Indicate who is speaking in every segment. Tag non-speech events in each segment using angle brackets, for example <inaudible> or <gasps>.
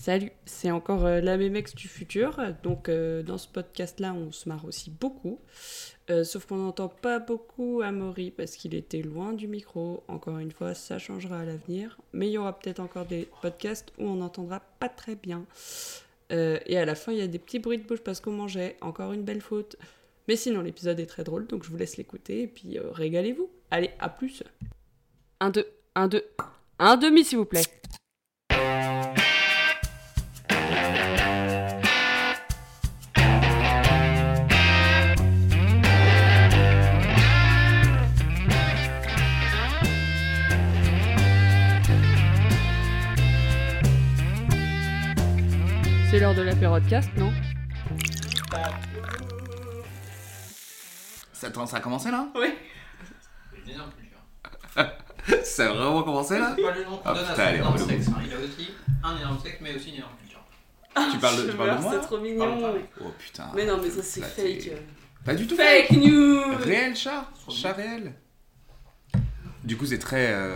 Speaker 1: Salut, c'est encore euh, la Mémex du futur. Donc, euh, dans ce podcast-là, on se marre aussi beaucoup. Euh, sauf qu'on n'entend pas beaucoup Amaury parce qu'il était loin du micro. Encore une fois, ça changera à l'avenir. Mais il y aura peut-être encore des podcasts où on n'entendra pas très bien. Euh, et à la fin, il y a des petits bruits de bouche parce qu'on mangeait. Encore une belle faute. Mais sinon, l'épisode est très drôle, donc je vous laisse l'écouter et puis euh, régalez-vous. Allez, à plus. Un, deux, un, deux, un demi, s'il vous plaît. C'est l'heure de la cast, non
Speaker 2: Ça, attends, ça a commencé là
Speaker 1: Oui.
Speaker 3: L'énorme culture.
Speaker 2: <laughs> Ça a vraiment commencé là
Speaker 1: <laughs>
Speaker 3: C'est pas le nom qu'on
Speaker 2: Ah,
Speaker 3: donne
Speaker 2: putain,
Speaker 3: à son
Speaker 2: elle est
Speaker 3: énorme
Speaker 2: relou.
Speaker 3: sexe. hein. Il a aussi un énorme sexe, mais aussi une énorme culture.
Speaker 2: Tu parles de, tu parles de moi
Speaker 1: C'est
Speaker 2: là
Speaker 1: trop
Speaker 3: Parle pas,
Speaker 1: mignon.
Speaker 3: mec.
Speaker 2: Oh putain.
Speaker 1: Mais non, mais ça c'est
Speaker 2: Là,
Speaker 1: fake.
Speaker 2: t'es- Pas du tout
Speaker 1: Fake news
Speaker 2: Réel chat
Speaker 3: Trop
Speaker 2: Chat réel Du coup, c'est très euh,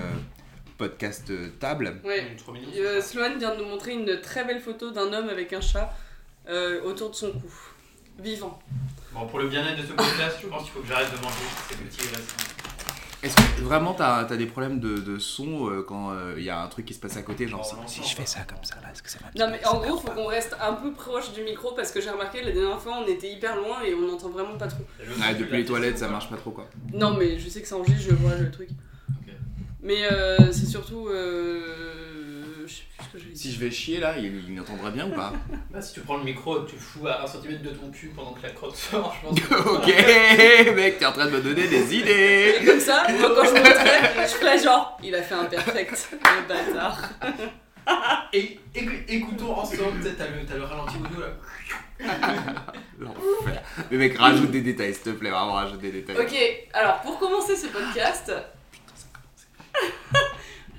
Speaker 2: podcast euh, table.
Speaker 1: Ouais.
Speaker 3: Trop mignon.
Speaker 1: Euh, Sloane vient de nous montrer une très belle photo d'un homme avec un chat euh, autour de son cou. Vivant.
Speaker 3: Bon, pour le bien-être de ce podcast, je pense qu'il faut que j'arrête de manger ces petits restes.
Speaker 2: Est-ce que vraiment t'as as des problèmes de, de son euh, quand il y a un truc qui se passe à côté Genre,
Speaker 3: Oh,
Speaker 2: si-
Speaker 3: non,
Speaker 2: si
Speaker 3: non,
Speaker 2: je
Speaker 3: pas.
Speaker 2: fais ça comme ça là, est-ce que ça va
Speaker 1: Non mais en gros, faut qu'on reste un peu proche du micro parce que j'ai remarqué la dernière fois on était hyper loin et on n'entend vraiment pas trop.
Speaker 2: Ah, depuis les toilettes, ça marche pas trop quoi.
Speaker 1: Non mais je sais que ça enregistre, je vois le truc.
Speaker 3: Ok.
Speaker 1: Mais euh, c'est surtout... euh, Je sais plus ce que j'ai dit.
Speaker 2: Si je vais chier là, il, il m'entendra bien ou pas <laughs>
Speaker 3: Bah, si tu prends le micro, tu le fous à 1 cm de ton cul pendant que la crotte sort,
Speaker 2: <laughs>
Speaker 3: je pense. que-
Speaker 2: Ok, mec, t'es en train de me donner des idées
Speaker 1: Et comme ça, moi quand
Speaker 2: <laughs>
Speaker 1: je montrais, je ferais genre, il a fait un perfect, le bâtard.
Speaker 3: Et, éc- écoutons ensemble, peut-être t'as le, t'as le ralenti audio là.
Speaker 2: L'enfer. Mais mec, rajoute des détails, s'il te plaît, vraiment rajoute des détails.
Speaker 1: Ok, alors pour commencer ce podcast, <laughs>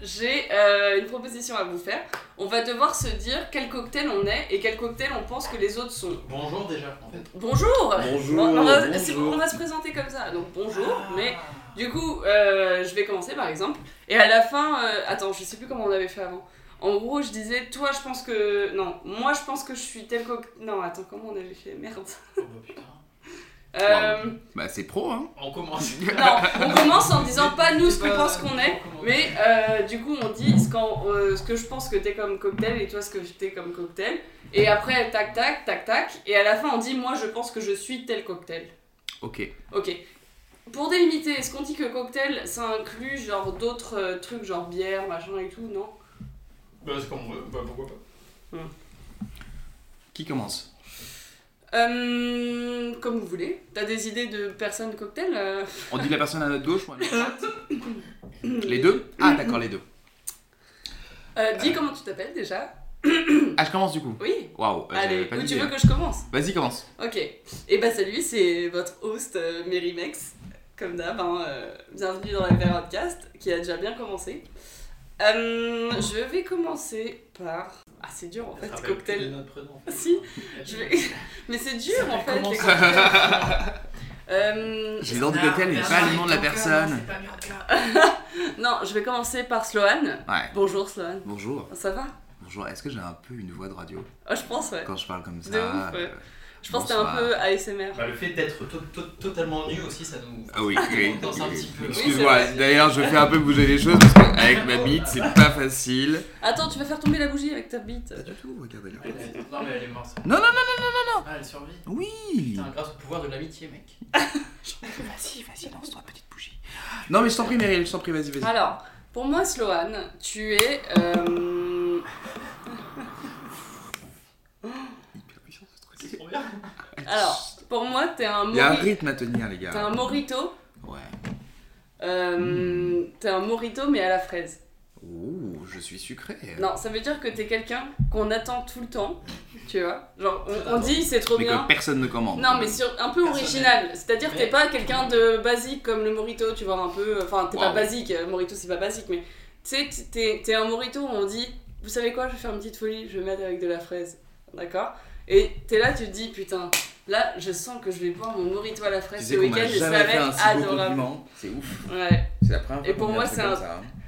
Speaker 1: j'ai euh, une proposition à vous faire. On va devoir se dire quel cocktail on est et quel cocktail on pense que les autres sont.
Speaker 3: Bonjour déjà, en fait.
Speaker 1: Bonjour
Speaker 2: Bonjour,
Speaker 1: on, on va,
Speaker 2: bonjour.
Speaker 1: c'est- on va se présenter comme ça, donc bonjour,
Speaker 3: Ah.
Speaker 1: Oh, mais du coup, euh, je vais commencer par exemple. Et à la fin, euh, attends, je sais plus comment on avait fait avant. En gros, je disais, toi, je pense que. Non, moi, je pense que je suis tel coq. Non, attends, comment on avait fait Merde.
Speaker 3: Oh, bah, putain.
Speaker 1: Euh,
Speaker 2: Bah c'est pro hein
Speaker 3: On commence.
Speaker 1: non, on commence en disant pas nous ce
Speaker 3: C'est
Speaker 1: qu'on
Speaker 3: pas-
Speaker 1: pense qu'on est, mais euh, du coup, on dit ce, qu'en- euh, ce que je pense que t'es comme cocktail et toi ce que t'es comme cocktail. Et après, tac, tac, tac, tac. Et à la fin, on dit, moi, je pense que je suis tel cocktail.
Speaker 2: Ok.
Speaker 1: Ok. Pour délimiter, est-ce qu'on dit que cocktail, ça inclut genre d'autres euh, trucs, genre bière, machin et tout, non
Speaker 3: Bah, c'est comme on veut, bah, pourquoi pas.
Speaker 2: Qui commence
Speaker 1: Euh, Comme vous voulez. T'as des idées de personnes cocktail euh
Speaker 2: On dit la personne à notre gauche ou à notre droite Les deux Ah d'accord les deux.
Speaker 1: Euh, Dis comment tu t'appelles déjà.
Speaker 2: Ah je commence du coup.
Speaker 1: Oui.
Speaker 2: Waouh, euh, j'avais
Speaker 1: Allez,
Speaker 2: pas
Speaker 1: où tu
Speaker 2: d'idée.
Speaker 1: veux que je commence
Speaker 2: Vas-y commence.
Speaker 1: Ok. Et bah salut, c'est votre host euh, Merimex, comme d'hab. hein, euh, bienvenue dans la podcast qui a déjà bien commencé. Euh, je vais commencer par. Ah, c'est dur en fait,
Speaker 3: Ça
Speaker 1: ce
Speaker 3: rappelle plus
Speaker 1: cocktail.
Speaker 3: de notre prénom.
Speaker 1: Si, Je vais- <laughs> Mais c'est dur
Speaker 3: Ça
Speaker 1: en fait.
Speaker 3: commence
Speaker 1: les
Speaker 3: à-
Speaker 1: cocktails. Euh,
Speaker 2: J'ai l'identité de tel mais pas le nom de la personne.
Speaker 1: non, je vais commencer par Sloane.
Speaker 2: Ouais.
Speaker 1: Bonjour Sloane.
Speaker 2: Bonjour.
Speaker 1: Ça va
Speaker 2: Bonjour. Est-ce que j'ai un peu une voix de radio
Speaker 1: Oh, je pense, ouais.
Speaker 2: quand je parle comme ça
Speaker 1: De ouf, ouais.
Speaker 2: euh,
Speaker 1: Je pense que t'es un
Speaker 2: bonsoir.
Speaker 1: peu ASMR.
Speaker 3: Bah, le fait d'être to- to- totalement nu aussi, ça nous.
Speaker 2: Ah oui,
Speaker 3: On danse un petit peu.
Speaker 1: Oui,
Speaker 2: Excuse-moi,
Speaker 1: c'est vrai.
Speaker 2: d'ailleurs je fais un peu bouger les choses parce qu'avec ma bite c'est pas facile.
Speaker 1: Attends, tu vas faire tomber la bougie avec ta bite.
Speaker 2: Pas du tout, regardez là.
Speaker 3: Non, mais elle est morte.
Speaker 2: Non, non,
Speaker 3: non, non Ah, elle survit.
Speaker 2: Oui
Speaker 3: Putain, grâce au pouvoir de l'amitié, mec.
Speaker 2: Vas-y, vas-y, lance-toi petite bougie. Non mais je t'en prie Meryl, je t'en prie, vas-y, vas-y.
Speaker 1: Alors, pour moi, Sloane, tu es. euh,
Speaker 2: Hyper puissant ce truc.
Speaker 3: C'est trop bien.
Speaker 1: Alors, pour moi, t'es un,
Speaker 2: Il y a un
Speaker 1: mori...
Speaker 2: rythme à tenir, les
Speaker 1: t'es un
Speaker 2: gars.
Speaker 1: morito.
Speaker 2: Ouais. Hmm.
Speaker 1: euh, T'es un morito, mais à la fraise.
Speaker 2: Ouh, je suis sucré.
Speaker 1: Non, ça veut dire que t'es quelqu'un qu'on attend tout le temps. Tu vois Genre, on, on dit c'est trop
Speaker 2: Mais
Speaker 1: bien.
Speaker 2: que personne ne commande.
Speaker 1: Non, mais sur, un peu original. C'est-à-dire que t'es
Speaker 3: Mais-
Speaker 1: pas quelqu'un de basique comme le morito, tu vois, un peu. Enfin, t'es pas
Speaker 2: Waouh.
Speaker 1: basique. euh, Morito, c'est pas basique, mais. Tu sais, t'es- t'es un morito où on dit Vous savez quoi, je vais faire une petite folie, je vais mettre avec de la fraise. D'accord Et t'es là, tu te dis Putain, là, je sens que je vais boire mon morito à la
Speaker 2: Tu
Speaker 1: fraise
Speaker 2: sais
Speaker 1: ce
Speaker 2: qu'on
Speaker 1: week-end
Speaker 2: m'a
Speaker 1: et ça
Speaker 2: jamais
Speaker 1: va
Speaker 2: fait un
Speaker 1: être
Speaker 2: si beau
Speaker 1: adorable.
Speaker 2: compliment. C'est ouf.
Speaker 1: Ouais.
Speaker 2: C'est la première fois
Speaker 1: Et pour
Speaker 2: qu'on me
Speaker 1: moi,
Speaker 2: dit
Speaker 1: c'est
Speaker 2: truc
Speaker 1: un-
Speaker 2: comme ça, hein.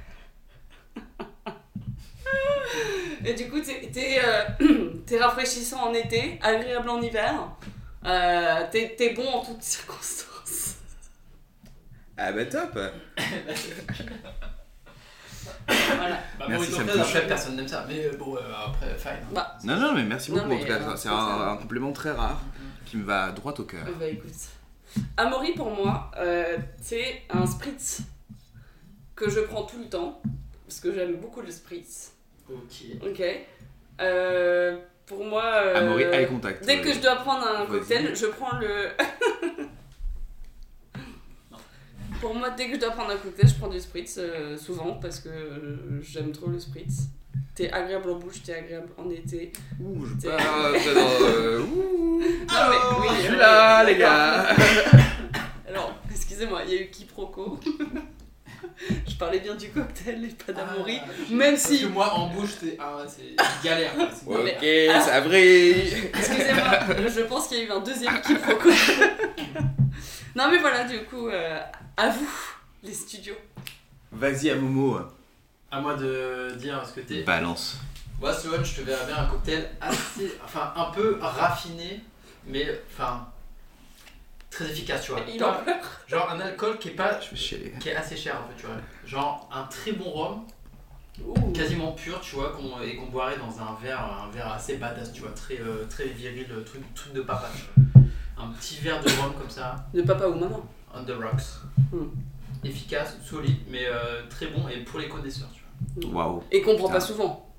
Speaker 1: Et du coup, t'es t'es, euh, <clears throat> t'es rafraîchissant en été, agréable en hiver. Euh, t'es t'es bon en toutes circonstances.
Speaker 4: Ah bah top
Speaker 3: <laughs>
Speaker 1: Voilà.
Speaker 3: Bah,
Speaker 2: Merci,
Speaker 3: pour
Speaker 2: ça
Speaker 3: une
Speaker 2: me
Speaker 3: tortade,
Speaker 2: touche.
Speaker 3: après, personne n'aime ça. Mais euh, bon, euh, après, fine.
Speaker 1: Bah,
Speaker 2: Non, non, mais merci
Speaker 1: Non,
Speaker 2: beaucoup
Speaker 1: mais,
Speaker 2: en tout cas.
Speaker 1: euh,
Speaker 2: C'est
Speaker 1: c'est
Speaker 2: un,
Speaker 1: ça.
Speaker 2: un compliment très rare qui me va droit au cœur.
Speaker 1: Euh, Bah écoute. Amaury pour moi, euh, c'est un spritz que je prends tout le temps, parce que j'aime beaucoup le spritz.
Speaker 3: Ok.
Speaker 1: Ok. Euh, pour moi... euh,
Speaker 2: Amaury, eye contact.
Speaker 1: Dès que je dois prendre un
Speaker 2: Vas-y.
Speaker 1: cocktail, je prends
Speaker 2: <laughs>
Speaker 1: le. Pour moi, dès que je dois prendre un cocktail, je prends du spritz euh, souvent parce que euh, j'aime trop le spritz. T'es agréable en bouche, t'es agréable en été.
Speaker 2: Ouh, je
Speaker 1: C'est-
Speaker 2: parle dans, euh, ouh,
Speaker 1: Ah, mais oui,
Speaker 2: je suis
Speaker 1: oui,
Speaker 2: là, les
Speaker 1: d'accord.
Speaker 2: gars.
Speaker 1: Alors, excusez-moi, il y a eu quiproquo. <laughs> je parlais bien du cocktail et pas d'amourie.
Speaker 3: Ah,
Speaker 1: même
Speaker 3: Parce que
Speaker 1: si.
Speaker 3: moi, en bouche, c'est ah, ouais, c'est galère. quoi. C'est
Speaker 1: Ouais.
Speaker 4: Ok, ça brille
Speaker 1: Excusez-moi, je pense qu'il y a eu un deuxième
Speaker 2: <laughs>
Speaker 1: quiproquo. non, mais voilà, du coup, euh, à vous, les studios.
Speaker 2: Vas-y, Amomo.
Speaker 3: À moi de dire ce que t'es.
Speaker 2: Balance.
Speaker 3: Moi, Sloan, je te verrais bien un cocktail assez. Enfin, un peu raffiné, mais enfin. Très efficace, tu vois.
Speaker 1: Il
Speaker 2: Bah,
Speaker 1: en
Speaker 3: Genre un alcool qui est pas.
Speaker 2: Je vais chialer.
Speaker 3: qui est assez cher un peu, tu vois. Genre un très bon rhum,
Speaker 1: Ouh.
Speaker 3: quasiment pur, tu vois, qu'on, et qu'on boirait dans un verre, un verre assez badass, tu vois, très, euh, très viril, euh, truc, truc de papa, tu vois. Un petit verre de rhum comme ça,
Speaker 1: De papa ou maman.
Speaker 3: on the rocks.
Speaker 1: Hmm.
Speaker 3: Efficace, solide, mais euh, très bon et pour les connaisseurs, tu vois.
Speaker 2: Waouh.
Speaker 1: Et qu'on prend
Speaker 2: Ah.
Speaker 1: pas souvent.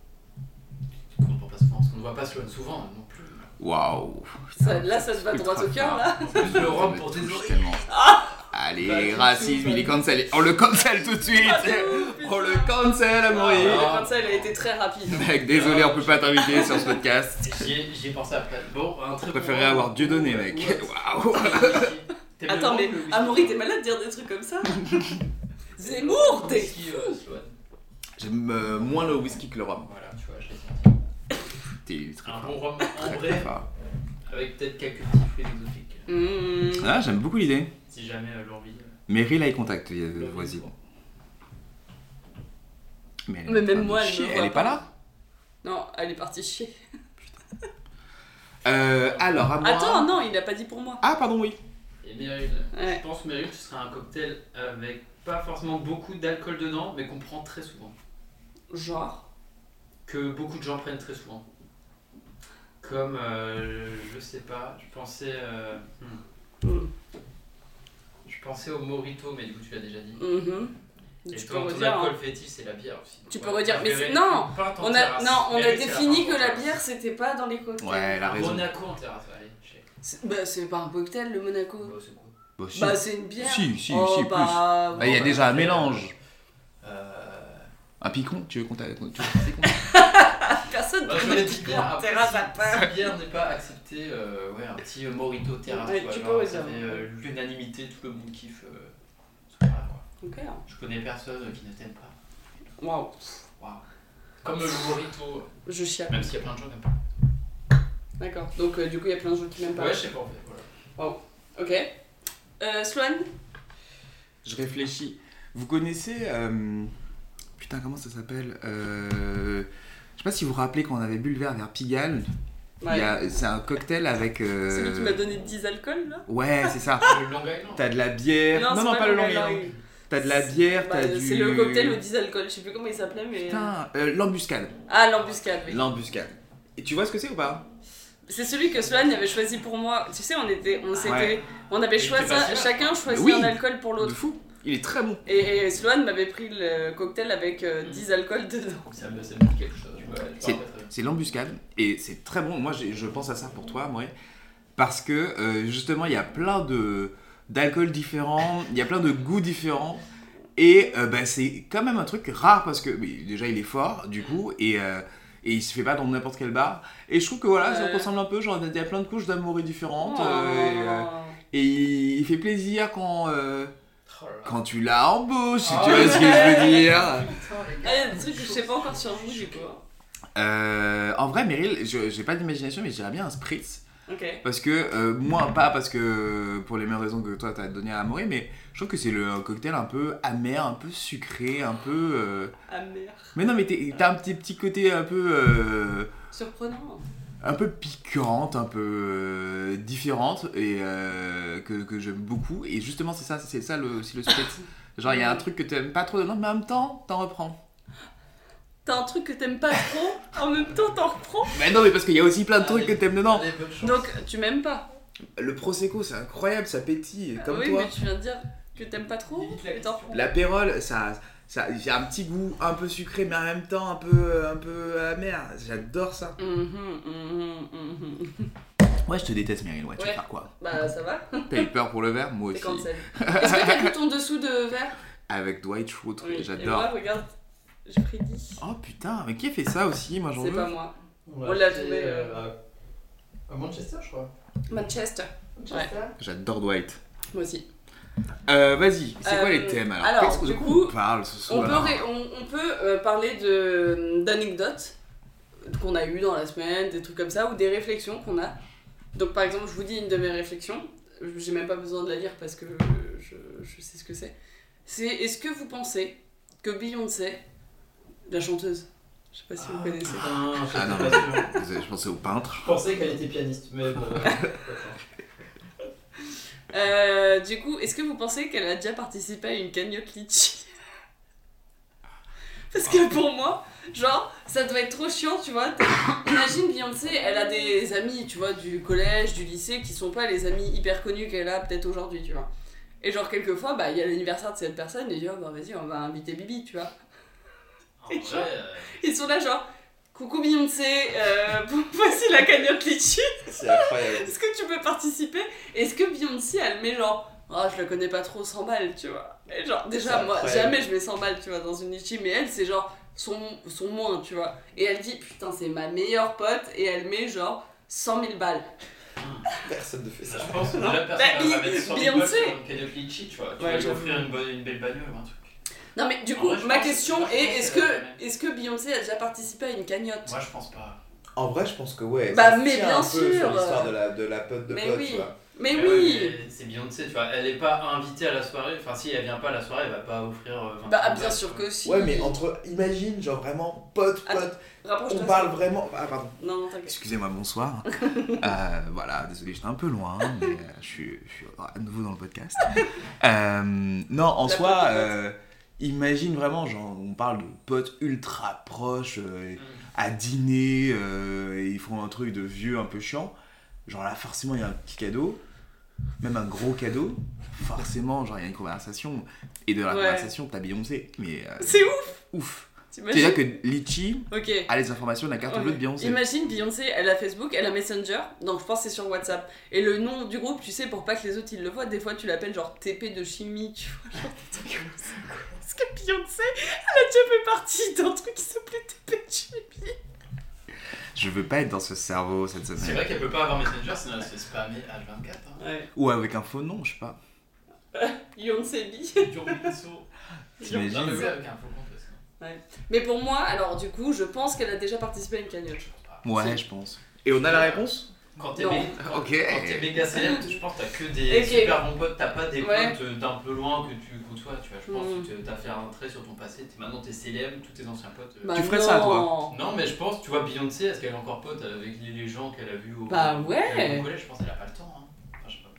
Speaker 3: On ne comprend pas souvent, parce qu'on ne voit pas Sloan souvent non
Speaker 1: <laughs>
Speaker 3: plus.
Speaker 2: Waouh.
Speaker 1: Ça- là, ça te va droit au cœur, là.
Speaker 2: En plus,
Speaker 3: Le rhum
Speaker 2: me
Speaker 3: pour
Speaker 2: touche
Speaker 3: désorer.
Speaker 2: tellement.
Speaker 1: Ah
Speaker 2: Allez,
Speaker 3: Bah,
Speaker 2: racisme, il est cancel. On le cancel tout de suite.
Speaker 1: Ah,
Speaker 2: On Oh, le cancel, Amaury.
Speaker 3: Ah.
Speaker 1: Comme ça, elle a été très rapide.
Speaker 2: Mec, désolé, on peut pas t'inviter sur ce podcast.
Speaker 3: J'y ai, j'y ai pensé après. Bon, un très
Speaker 2: Je
Speaker 3: bon
Speaker 2: préférerais
Speaker 3: rhum.
Speaker 2: avoir Dieu donné, mec.
Speaker 3: Ouais.
Speaker 2: Waouh.
Speaker 1: <laughs>
Speaker 3: T'aimes le
Speaker 1: Attends,
Speaker 3: rhum
Speaker 1: mais
Speaker 3: ou le whisky
Speaker 1: Amaury, t'es malade de dire des trucs comme ça <laughs> Zemmour,
Speaker 3: Le
Speaker 1: t'es.
Speaker 3: whisky, euh, Sloan.
Speaker 2: J'aime euh, moins le whisky que le rhum.
Speaker 3: Voilà, tu vois, j'ai senti.
Speaker 2: T'es très
Speaker 3: Un
Speaker 2: fort.
Speaker 3: bon rhum
Speaker 2: Très,
Speaker 3: ambré
Speaker 2: très fort.
Speaker 3: avec peut-être quelques petits fruits exotiques.
Speaker 1: Mmh.
Speaker 2: Ah, j'aime beaucoup l'idée.
Speaker 3: Si jamais euh, l'envie. euh,
Speaker 2: Meryl eye contact,
Speaker 3: l'envie
Speaker 2: vas-y.
Speaker 3: est bon.
Speaker 2: Mais, elle
Speaker 1: Mais
Speaker 2: est
Speaker 1: même
Speaker 2: en train de
Speaker 1: moi, elle
Speaker 2: chier.
Speaker 1: me
Speaker 2: elle
Speaker 1: voit
Speaker 2: est pas
Speaker 1: pas.
Speaker 2: là.
Speaker 1: Non, elle est partie chier.
Speaker 2: Euh, alors, à moi.
Speaker 1: Attends, non, il a pas dit pour moi.
Speaker 2: Ah, pardon, oui.
Speaker 3: Et Meryl,
Speaker 1: Ouais.
Speaker 3: je pense Meryl, ce serait un cocktail avec pas forcément beaucoup d'alcool dedans, mais qu'on prend très souvent.
Speaker 1: Genre.
Speaker 3: Que beaucoup de gens prennent très souvent. Comme, euh, je sais pas, je pensais. euh, hmm,
Speaker 1: Mmh.
Speaker 3: je pensais au Morito, mais du coup tu l'as déjà dit.
Speaker 1: Mhm.
Speaker 3: Et
Speaker 1: Tu peux
Speaker 3: toi, ton
Speaker 1: redire.
Speaker 3: alcool
Speaker 1: hein.
Speaker 3: fétiche, c'est la bière aussi.
Speaker 1: Tu peux
Speaker 3: Voilà,
Speaker 1: redire, mais
Speaker 3: Meryl,
Speaker 1: c'est- non,
Speaker 3: pas tant
Speaker 1: On a,
Speaker 3: terrasse.
Speaker 1: non, on a
Speaker 3: Meryl, c'est la
Speaker 1: défini que
Speaker 3: fin
Speaker 1: la
Speaker 3: terrasse.
Speaker 1: bière c'était pas dans les cocktails.
Speaker 2: Ouais, elle a raison.
Speaker 3: Monaco en terrasse, allez, check.
Speaker 1: C'est- Bah, c'est pas un cocktail le Monaco.
Speaker 3: Bon, c'est cool.
Speaker 2: Bah, si.
Speaker 1: Bah, c'est une bière.
Speaker 2: Si, si,
Speaker 1: Oh,
Speaker 2: si, plus.
Speaker 1: bah,
Speaker 2: Bah, il y a
Speaker 3: Bon,
Speaker 2: déjà un
Speaker 3: bah,
Speaker 2: mélange.
Speaker 3: Euh.
Speaker 2: Un picon Tu veux qu'on t'a- tu veux qu'on
Speaker 1: Personne
Speaker 3: <laughs> Bah,
Speaker 1: prend
Speaker 3: je
Speaker 1: de
Speaker 3: l'ai dit
Speaker 1: bière
Speaker 3: bien,
Speaker 1: en terrasse à
Speaker 3: après, si- Si bière n'est pas acceptée, euh, ouais, un petit euh, Morito terrasse,
Speaker 1: Ouais,
Speaker 3: quoi,
Speaker 1: tu
Speaker 3: genre,
Speaker 1: peux
Speaker 3: ça
Speaker 1: réserver.
Speaker 3: fait, euh, l'unanimité, tout le monde kiffe. euh, ce truc-là, quoi.
Speaker 1: Ok. hein.
Speaker 3: Je connais personne euh, qui ne t'aime pas.
Speaker 1: Waouh.
Speaker 3: Waouh. Comme le euh. Morito,
Speaker 1: Je chiale.
Speaker 3: même s'il y a plein de gens qui n'aiment pas.
Speaker 1: D'accord. Donc, euh, du coup, il y a plein de gens qui m'aiment pas.
Speaker 3: Ouais, je sais pas en fait, voilà.
Speaker 1: Ok. Euh, Sloane
Speaker 2: Je réfléchis. Vous connaissez. euh, Putain, comment ça s'appelle Euh, Je sais pas si vous vous rappelez quand on avait bu le verre vers Pigalle. il y a- C'est un cocktail avec. euh,
Speaker 1: Celui qui m'a donné 10 alcools, là
Speaker 2: Ouais, c'est ça.
Speaker 3: Le Long Island
Speaker 2: T'as de la bière.
Speaker 1: c'est
Speaker 2: Eh, non, pas le long.
Speaker 1: Long
Speaker 2: Island.
Speaker 1: Island.
Speaker 2: T'as de la bière,
Speaker 1: Bah,
Speaker 2: t'as du.
Speaker 1: C'est le cocktail aux 10 alcools, je sais plus comment il s'appelait, mais.
Speaker 2: Putain, euh, l'embuscade.
Speaker 1: Ah, l'embuscade, oui.
Speaker 2: L'embuscade. Et tu vois ce que c'est ou pas
Speaker 1: C'est celui que Sloane avait choisi pour moi. Tu sais, on était. On s'était.
Speaker 2: Ah Ouais.
Speaker 1: On avait
Speaker 3: Il était
Speaker 1: choisi.
Speaker 3: pas si mal.
Speaker 1: Chacun choisit
Speaker 2: Oui.
Speaker 1: un alcool pour
Speaker 2: De
Speaker 1: l'autre.
Speaker 2: fou. Il est très bon.
Speaker 1: Et, et Sloane m'avait pris le cocktail avec euh,
Speaker 3: Mm.
Speaker 1: 10 alcools dedans.
Speaker 3: Ça me ça me dit quelque chose, tu vois. je me
Speaker 2: C'est-
Speaker 3: rappelle très bien.
Speaker 2: C'est l'embuscade et c'est très bon. Moi, j'ai- je pense à ça pour toi, Amaury, parce que euh, justement, il y a plein de d'alcools différents, il y a plein de goûts différents. Et euh, bah, c'est quand même un truc rare parce que mais déjà il est fort du coup et, euh, et il se fait pas dans n'importe quel bar. Et je trouve que voilà, ça
Speaker 1: Ouais. Oh.
Speaker 2: ressemble un peu, genre il y a plein de couches d'amour différentes euh, et, euh, et il, il fait plaisir quand, euh,
Speaker 3: Oh là là.
Speaker 2: quand tu l'as en bouche, si
Speaker 3: Ah
Speaker 2: tu vois ce que je veux dire.
Speaker 3: Putain, les
Speaker 1: Ah,
Speaker 3: gars.
Speaker 1: il y a des trucs que je sais pas encore sur vous, du coup. hein.
Speaker 2: Euh, en vrai, Meryl, je- j'ai pas d'imagination, mais j'irais bien un spritz.
Speaker 1: Ok.
Speaker 2: Parce que, euh, moi, pas parce que pour les mêmes raisons que toi t'as donné à Amaury, mais je trouve que c'est le un cocktail un peu amer, un peu sucré, un peu. euh,
Speaker 1: Amer.
Speaker 2: Mais non, mais t'es- t'as un petit, petit côté un peu. euh,
Speaker 1: Surprenant.
Speaker 2: un peu piquante, un peu euh, différente, et euh, que, que j'aime beaucoup. Et justement, c'est ça, c'est ça le, aussi le spritz. Genre, il y a un truc que t'aimes pas trop dedans, mais en même temps, t'en reprends.
Speaker 1: T'as un truc que t'aimes pas trop, en même temps t'en reprends.
Speaker 2: Mais non, mais parce qu'il y a aussi plein de trucs que t'aimes dedans.
Speaker 3: Allez, bonne chance.
Speaker 1: Donc tu m'aimes pas.
Speaker 2: Le prosecco, c'est incroyable, ça pétille, comme
Speaker 1: oui,
Speaker 2: toi.
Speaker 1: mais tu viens de dire que t'aimes pas trop
Speaker 3: Limite la
Speaker 1: et t'en
Speaker 3: question.
Speaker 1: reprends.
Speaker 2: L'apérole, ça, ça, il y a un petit goût un peu sucré, mais en même temps un peu, un peu amer. J'adore ça.
Speaker 1: Mhm, mhm, mhm.
Speaker 2: Ouais, je te déteste, Meryl. Ouais, tu vas
Speaker 1: Ouais.
Speaker 2: faire quoi
Speaker 1: Bah ça va,
Speaker 2: T'as eu peur pour le verre Moi
Speaker 1: t'es
Speaker 2: aussi.
Speaker 1: cancel. <laughs> Est-ce que t'as vu ton dessous de verre
Speaker 2: Avec Dwight Schrute,
Speaker 1: Oui, Et
Speaker 2: j'adore.
Speaker 1: moi regarde, j'ai prédit.
Speaker 2: Oh putain, mais qui a fait ça aussi Moi j'en
Speaker 1: C'est
Speaker 2: veux.
Speaker 1: pas moi.
Speaker 3: On
Speaker 1: On
Speaker 3: l'a
Speaker 1: l'a
Speaker 3: acheté,
Speaker 1: trouvé,
Speaker 3: euh, à- à Manchester, je crois.
Speaker 1: Manchester.
Speaker 3: Manchester.
Speaker 2: J'adore Dwight.
Speaker 1: Moi aussi.
Speaker 2: Euh, Vas-y, c'est quoi
Speaker 1: Euh,
Speaker 2: les thèmes alors,
Speaker 1: alors,
Speaker 2: Qu'est-ce que-
Speaker 1: du
Speaker 2: de quoi
Speaker 1: coup,
Speaker 2: on parle ce
Speaker 1: On
Speaker 2: soir
Speaker 1: peut, ré- on, on peut euh, parler de- d'anecdotes qu'on a eues dans la semaine, des trucs comme ça, ou des réflexions qu'on a. Donc par exemple, je vous dis une de mes réflexions, j'ai même pas besoin de la lire parce que je, je sais ce que c'est. C'est est-ce que vous pensez que Beyoncé, la chanteuse, je sais pas
Speaker 3: Ah.
Speaker 1: si vous connaissez,
Speaker 3: Putain, j'étais
Speaker 2: Ah, non.
Speaker 3: pas sûr.
Speaker 2: Vous avez- Je pensais aux peintres.
Speaker 3: Je pensais qu'elle était pianiste, mais bon.
Speaker 1: <laughs> Euh, du coup, est-ce que vous pensez qu'elle a déjà participé à une cagnotte litchi <laughs> Parce que pour moi, genre, ça doit être trop chiant, tu vois. T'as- Imagine Beyoncé, elle a des amis, tu vois, du collège, du lycée, qui sont pas les amis hyper connus qu'elle a peut-être aujourd'hui, tu vois. Et genre, quelquefois, bah, il y a l'anniversaire de cette personne, et il dit, oh, bah, vas-y, on va inviter Bibi, tu vois.
Speaker 3: En
Speaker 1: Et
Speaker 3: vrai,
Speaker 1: tu vois
Speaker 3: euh,
Speaker 1: Ils sont là, genre, coucou Beyoncé, euh, <laughs> voici la cagnotte litchi.
Speaker 4: C'est incroyable.
Speaker 1: Est-ce que tu peux participer Est-ce que Beyoncé, elle met genre, ah je la connais pas trop, 100 balles, tu vois Et genre, déjà,
Speaker 4: C'est
Speaker 1: moi,
Speaker 4: incroyable.
Speaker 1: jamais je mets 100 balles, tu vois, dans une litchi, mais elle, c'est genre, son, son moins, tu vois. Et elle dit, putain, c'est ma meilleure pote, et elle met genre 100 000 balles.
Speaker 4: Personne ne fait ça.
Speaker 3: euh, je pense que déjà personne
Speaker 1: Bah,
Speaker 3: va mettre
Speaker 1: il-
Speaker 3: 100 000 balles
Speaker 1: Beyoncé.
Speaker 3: sur une cagnotte Litchi, tu vois. Tu
Speaker 1: Ouais,
Speaker 3: vas lui
Speaker 1: j'avoue.
Speaker 3: offrir une, bonne, une belle bagnole ou un truc.
Speaker 1: Non, mais du
Speaker 3: En
Speaker 1: coup,
Speaker 3: vrai, je
Speaker 1: ma
Speaker 3: pense-
Speaker 1: question
Speaker 3: Ah, moi, je
Speaker 1: est,
Speaker 3: pense
Speaker 1: est-ce
Speaker 3: qu'elle a
Speaker 1: que, est-ce que Beyoncé a déjà participé à une cagnotte
Speaker 3: Moi, je pense pas.
Speaker 4: En vrai, je pense que ouais.
Speaker 1: Bah,
Speaker 4: ça
Speaker 1: mais
Speaker 4: tient
Speaker 1: bien
Speaker 4: un peu
Speaker 1: sûr.
Speaker 4: Sur l'histoire de la, de la pote de
Speaker 1: Mais
Speaker 4: pote,
Speaker 1: oui.
Speaker 4: tu vois.
Speaker 1: Mais
Speaker 3: Mais
Speaker 1: Eh oui
Speaker 3: ouais, mais C'est Beyoncé, tu vois. Elle est pas invitée à la soirée. Enfin, si elle vient pas à la soirée, elle va pas offrir. euh, 20
Speaker 1: Bah,
Speaker 3: 000
Speaker 1: bien
Speaker 3: balles,
Speaker 1: sûr
Speaker 3: tu vois.
Speaker 1: que si.
Speaker 4: Ouais, mais entre. Imagine, genre vraiment pote,
Speaker 1: Attends,
Speaker 4: pote.
Speaker 1: Rapproche-toi.
Speaker 4: on parle vraiment. Ah, pardon.
Speaker 1: Non, t'inquiète.
Speaker 2: Excusez-moi,
Speaker 1: <laughs>
Speaker 2: bonsoir. Euh, voilà, désolé, j'étais un peu loin, mais euh, je suis, je suis à nouveau dans le podcast.
Speaker 1: <laughs>
Speaker 2: Euh, non, en
Speaker 1: La
Speaker 2: soi,
Speaker 1: pote des potes.
Speaker 2: euh, imagine vraiment, genre, on parle de potes ultra proches, euh,
Speaker 3: Mm.
Speaker 2: à dîner, euh, et ils font un truc de vieux un peu chiant. Genre là, forcément, il y a un petit cadeau, même un gros cadeau. Forcément, genre, il y a une conversation, et de
Speaker 1: Ouais.
Speaker 2: la conversation, t'as Beyoncé, mais euh,
Speaker 1: C'est ouf
Speaker 2: ouf.
Speaker 1: T'imagines
Speaker 2: C'est-à-dire que Litchi
Speaker 1: Ok.
Speaker 2: a les informations de la carte
Speaker 1: Ouais.
Speaker 2: bleue de Beyoncé.
Speaker 1: Imagine Beyoncé, elle a Facebook, elle a Messenger, donc je pense que c'est sur WhatsApp. Et le nom du groupe, tu sais, pour pas que les autres ils le voient, des fois tu l'appelles genre TP de chimie, tu vois. genre des trucs comme ça, quoi. Parce que Beyoncé, elle a déjà fait partie d'un truc qui s'appelait TP de chimie.
Speaker 2: Je veux pas être dans ce cerveau cette
Speaker 3: C'est
Speaker 2: semaine.
Speaker 3: vrai qu'elle peut pas avoir Messenger, sinon elle se fait spammer H24. Hein.
Speaker 1: Ouais.
Speaker 2: Ou avec un faux nom, je sais pas.
Speaker 1: Beyoncé B.
Speaker 3: Toujours Picasso.
Speaker 2: T'imagines
Speaker 3: Non, mais oui, avec un faux compte parce que-
Speaker 1: Mais pour moi, alors du coup, je pense qu'elle a déjà participé à une cagnotte.
Speaker 3: je pense pas.
Speaker 2: Ouais, je pense. Et on a la réponse
Speaker 3: Quand t'es
Speaker 1: Non.
Speaker 3: mé- quand-
Speaker 2: Ok.
Speaker 3: quand t'es méga célèbre, je pense que t'as que des
Speaker 1: Ok.
Speaker 3: super bons potes, t'as pas des
Speaker 1: Ouais.
Speaker 3: potes euh, d'un peu loin que tu côtoies, tu vois. Je pense
Speaker 1: Mm.
Speaker 3: que t'as fait un trait sur ton passé, t'es- maintenant t'es célèbre, tous tes anciens potes. euh,
Speaker 1: Bah
Speaker 2: Tu ferais ça,
Speaker 1: non.
Speaker 3: Non, mais je pense, tu vois, Beyoncé, est-ce qu'elle est encore pote avec les, les gens qu'elle a vus au,
Speaker 1: Bah ouais.
Speaker 3: qu'elle a vus au collège Je pense qu'elle a pas le temps. Hein. Enfin, je sais pas.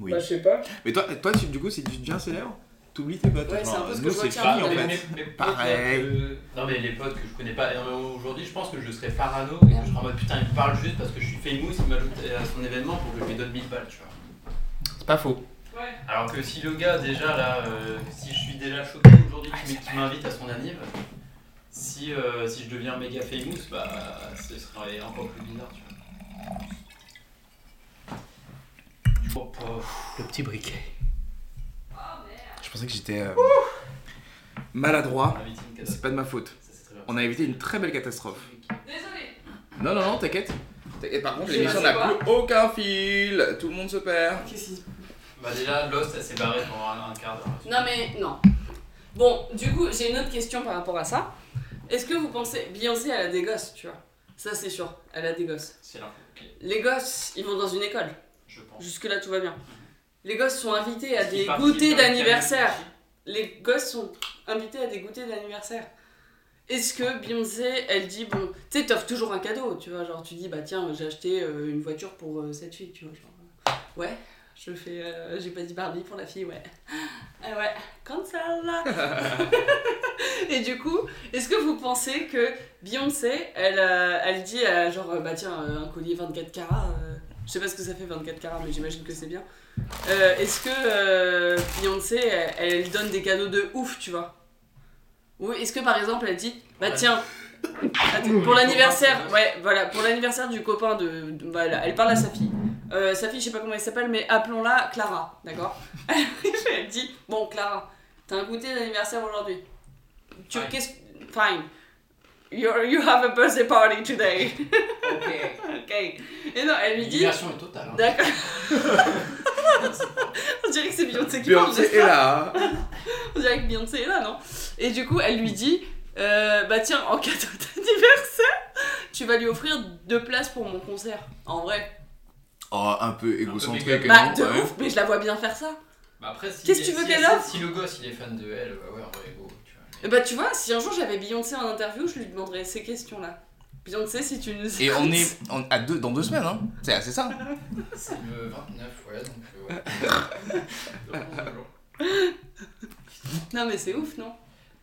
Speaker 2: Oui.
Speaker 1: Bah, je sais pas.
Speaker 2: Mais toi, toi tu- du coup, si tu deviens célèbre, t'oublies tes potes.
Speaker 1: Ouais, c'est un peu ce que
Speaker 2: nous,
Speaker 1: je
Speaker 2: c'est
Speaker 1: retiens,
Speaker 2: fini, Bah en
Speaker 1: finalement.
Speaker 2: fait.
Speaker 3: mes potes,
Speaker 2: Pareil.
Speaker 3: là, que- Non, mais les potes que je connais pas énormément aujourd'hui, je pense que je serais parano et que je serais en mode putain, il me parle juste parce que je suis famous, il m'ajoute à son événement pour que je lui donne 1000 balles, tu vois.
Speaker 2: C'est pas faux.
Speaker 1: Ouais.
Speaker 3: Alors que si le gars déjà là, euh, si je suis déjà choqué aujourd'hui
Speaker 2: Ah,
Speaker 3: qui qui m'invite à son anniv, si, euh, si je deviens méga famous, bah ce serait encore plus bizarre, tu vois. Oh, pauvre.
Speaker 2: Le petit briquet. Je pensais que j'étais euh, maladroit.
Speaker 3: On a évité une
Speaker 2: C'est
Speaker 3: catastrophe.
Speaker 2: pas de ma faute.
Speaker 3: Ça, c'est très bien.
Speaker 2: Hein On a évité une très belle catastrophe.
Speaker 1: Désolée.
Speaker 2: Non, non, non, t'inquiète. T'inquiète, par contre,
Speaker 1: J'ai
Speaker 2: l'émission
Speaker 1: raté
Speaker 2: n'a plus aucun fil. Tout le monde se
Speaker 1: Ah,
Speaker 2: perd.
Speaker 3: Bah déjà, Lost, elle s'est barrée pendant un, un quart d'heure.
Speaker 1: Non mais non. Bon, du coup, j'ai une autre question par rapport à ça. Est-ce que vous pensez Beyoncé elle a des gosses, tu vois Ça, c'est sûr. Elle a des gosses.
Speaker 3: C'est l'info clé,
Speaker 1: Les gosses, ils vont dans une école.
Speaker 3: je pense.
Speaker 1: Jusque-là, tout va bien. Les gosses sont invités à
Speaker 3: Parce
Speaker 1: des
Speaker 3: qu'ils partent-
Speaker 1: goûters
Speaker 3: ils partent
Speaker 1: d'anniversaire.
Speaker 3: avec
Speaker 1: Les gosses sont invités à des goûters d'anniversaire. Est-ce que Beyoncé, elle dit, bon, tu sais, t'offres toujours un cadeau, tu vois, genre tu dis, bah tiens, j'ai acheté euh, une voiture pour euh, cette fille, tu vois, genre, euh, ouais, je fais, euh, j'ai pas dit Barbie pour la fille, ouais. Ah ouais, cancel Et du coup, est-ce que vous pensez que Beyoncé, elle, euh, elle dit, à, genre, euh, bah tiens, euh, un collier 24 carats, euh, je sais pas ce que ça fait 24 carats, mais j'imagine que c'est bien. Euh, Est-ce que euh, Beyoncé, elle, elle donne des cadeaux de ouf, tu vois Ou est-ce que par exemple, elle dit, bah
Speaker 3: Ouais.
Speaker 1: tiens, attends, Ah, pour l'anniversaire, ouais, voilà, pour l'anniversaire du copain de, de- voilà, elle parle à sa fille. Euh, sa fille, je sais pas comment elle s'appelle, mais appelons-la Clara, d'accord <laughs> Elle dit, bon Clara, t'as un goûter d'anniversaire aujourd'hui. Tu
Speaker 3: Fine.
Speaker 1: qu'est-ce fine. You're- you have a birthday party today. <laughs>
Speaker 3: Ok.
Speaker 1: ok. Et non, elle lui dit.
Speaker 3: L'immersion est totale. hein.
Speaker 1: D'accord. <laughs> On dirait que c'est Beyoncé qui parle.
Speaker 2: Beyoncé
Speaker 1: n'est-ce
Speaker 2: est
Speaker 1: pas
Speaker 2: là. hein.
Speaker 1: On dirait que Beyoncé est là, non Et du coup, elle lui dit euh, Bah tiens, en cadeau d'anniversaire, tu vas lui offrir deux places pour mon concert. En vrai.
Speaker 2: Oh, un peu égocentré
Speaker 3: méga-
Speaker 2: quand
Speaker 1: bah,
Speaker 2: même,
Speaker 1: de
Speaker 2: ouais.
Speaker 1: ouf, mais je la vois bien faire ça.
Speaker 3: Bah après, si
Speaker 1: Qu'est-ce que
Speaker 3: si-
Speaker 1: tu veux
Speaker 3: si-
Speaker 1: qu'elle
Speaker 3: si-
Speaker 1: offre
Speaker 3: Si le gosse il est fan de elle, bah ouais, en vrai, go. tu vois.
Speaker 1: Et bah, tu vois, si un jour j'avais Beyoncé en interview, je lui demanderais ces questions-là. Beyoncé, si tu nous.
Speaker 2: Et on
Speaker 1: écoutes.
Speaker 2: est on- à deux, dans deux semaines, hein. C'est c'est ça.
Speaker 1: Euh,
Speaker 3: C'est le 29, ouais, donc euh,
Speaker 1: <laughs>
Speaker 3: ouais. Dans onze jours.
Speaker 1: Non, mais c'est ouf, non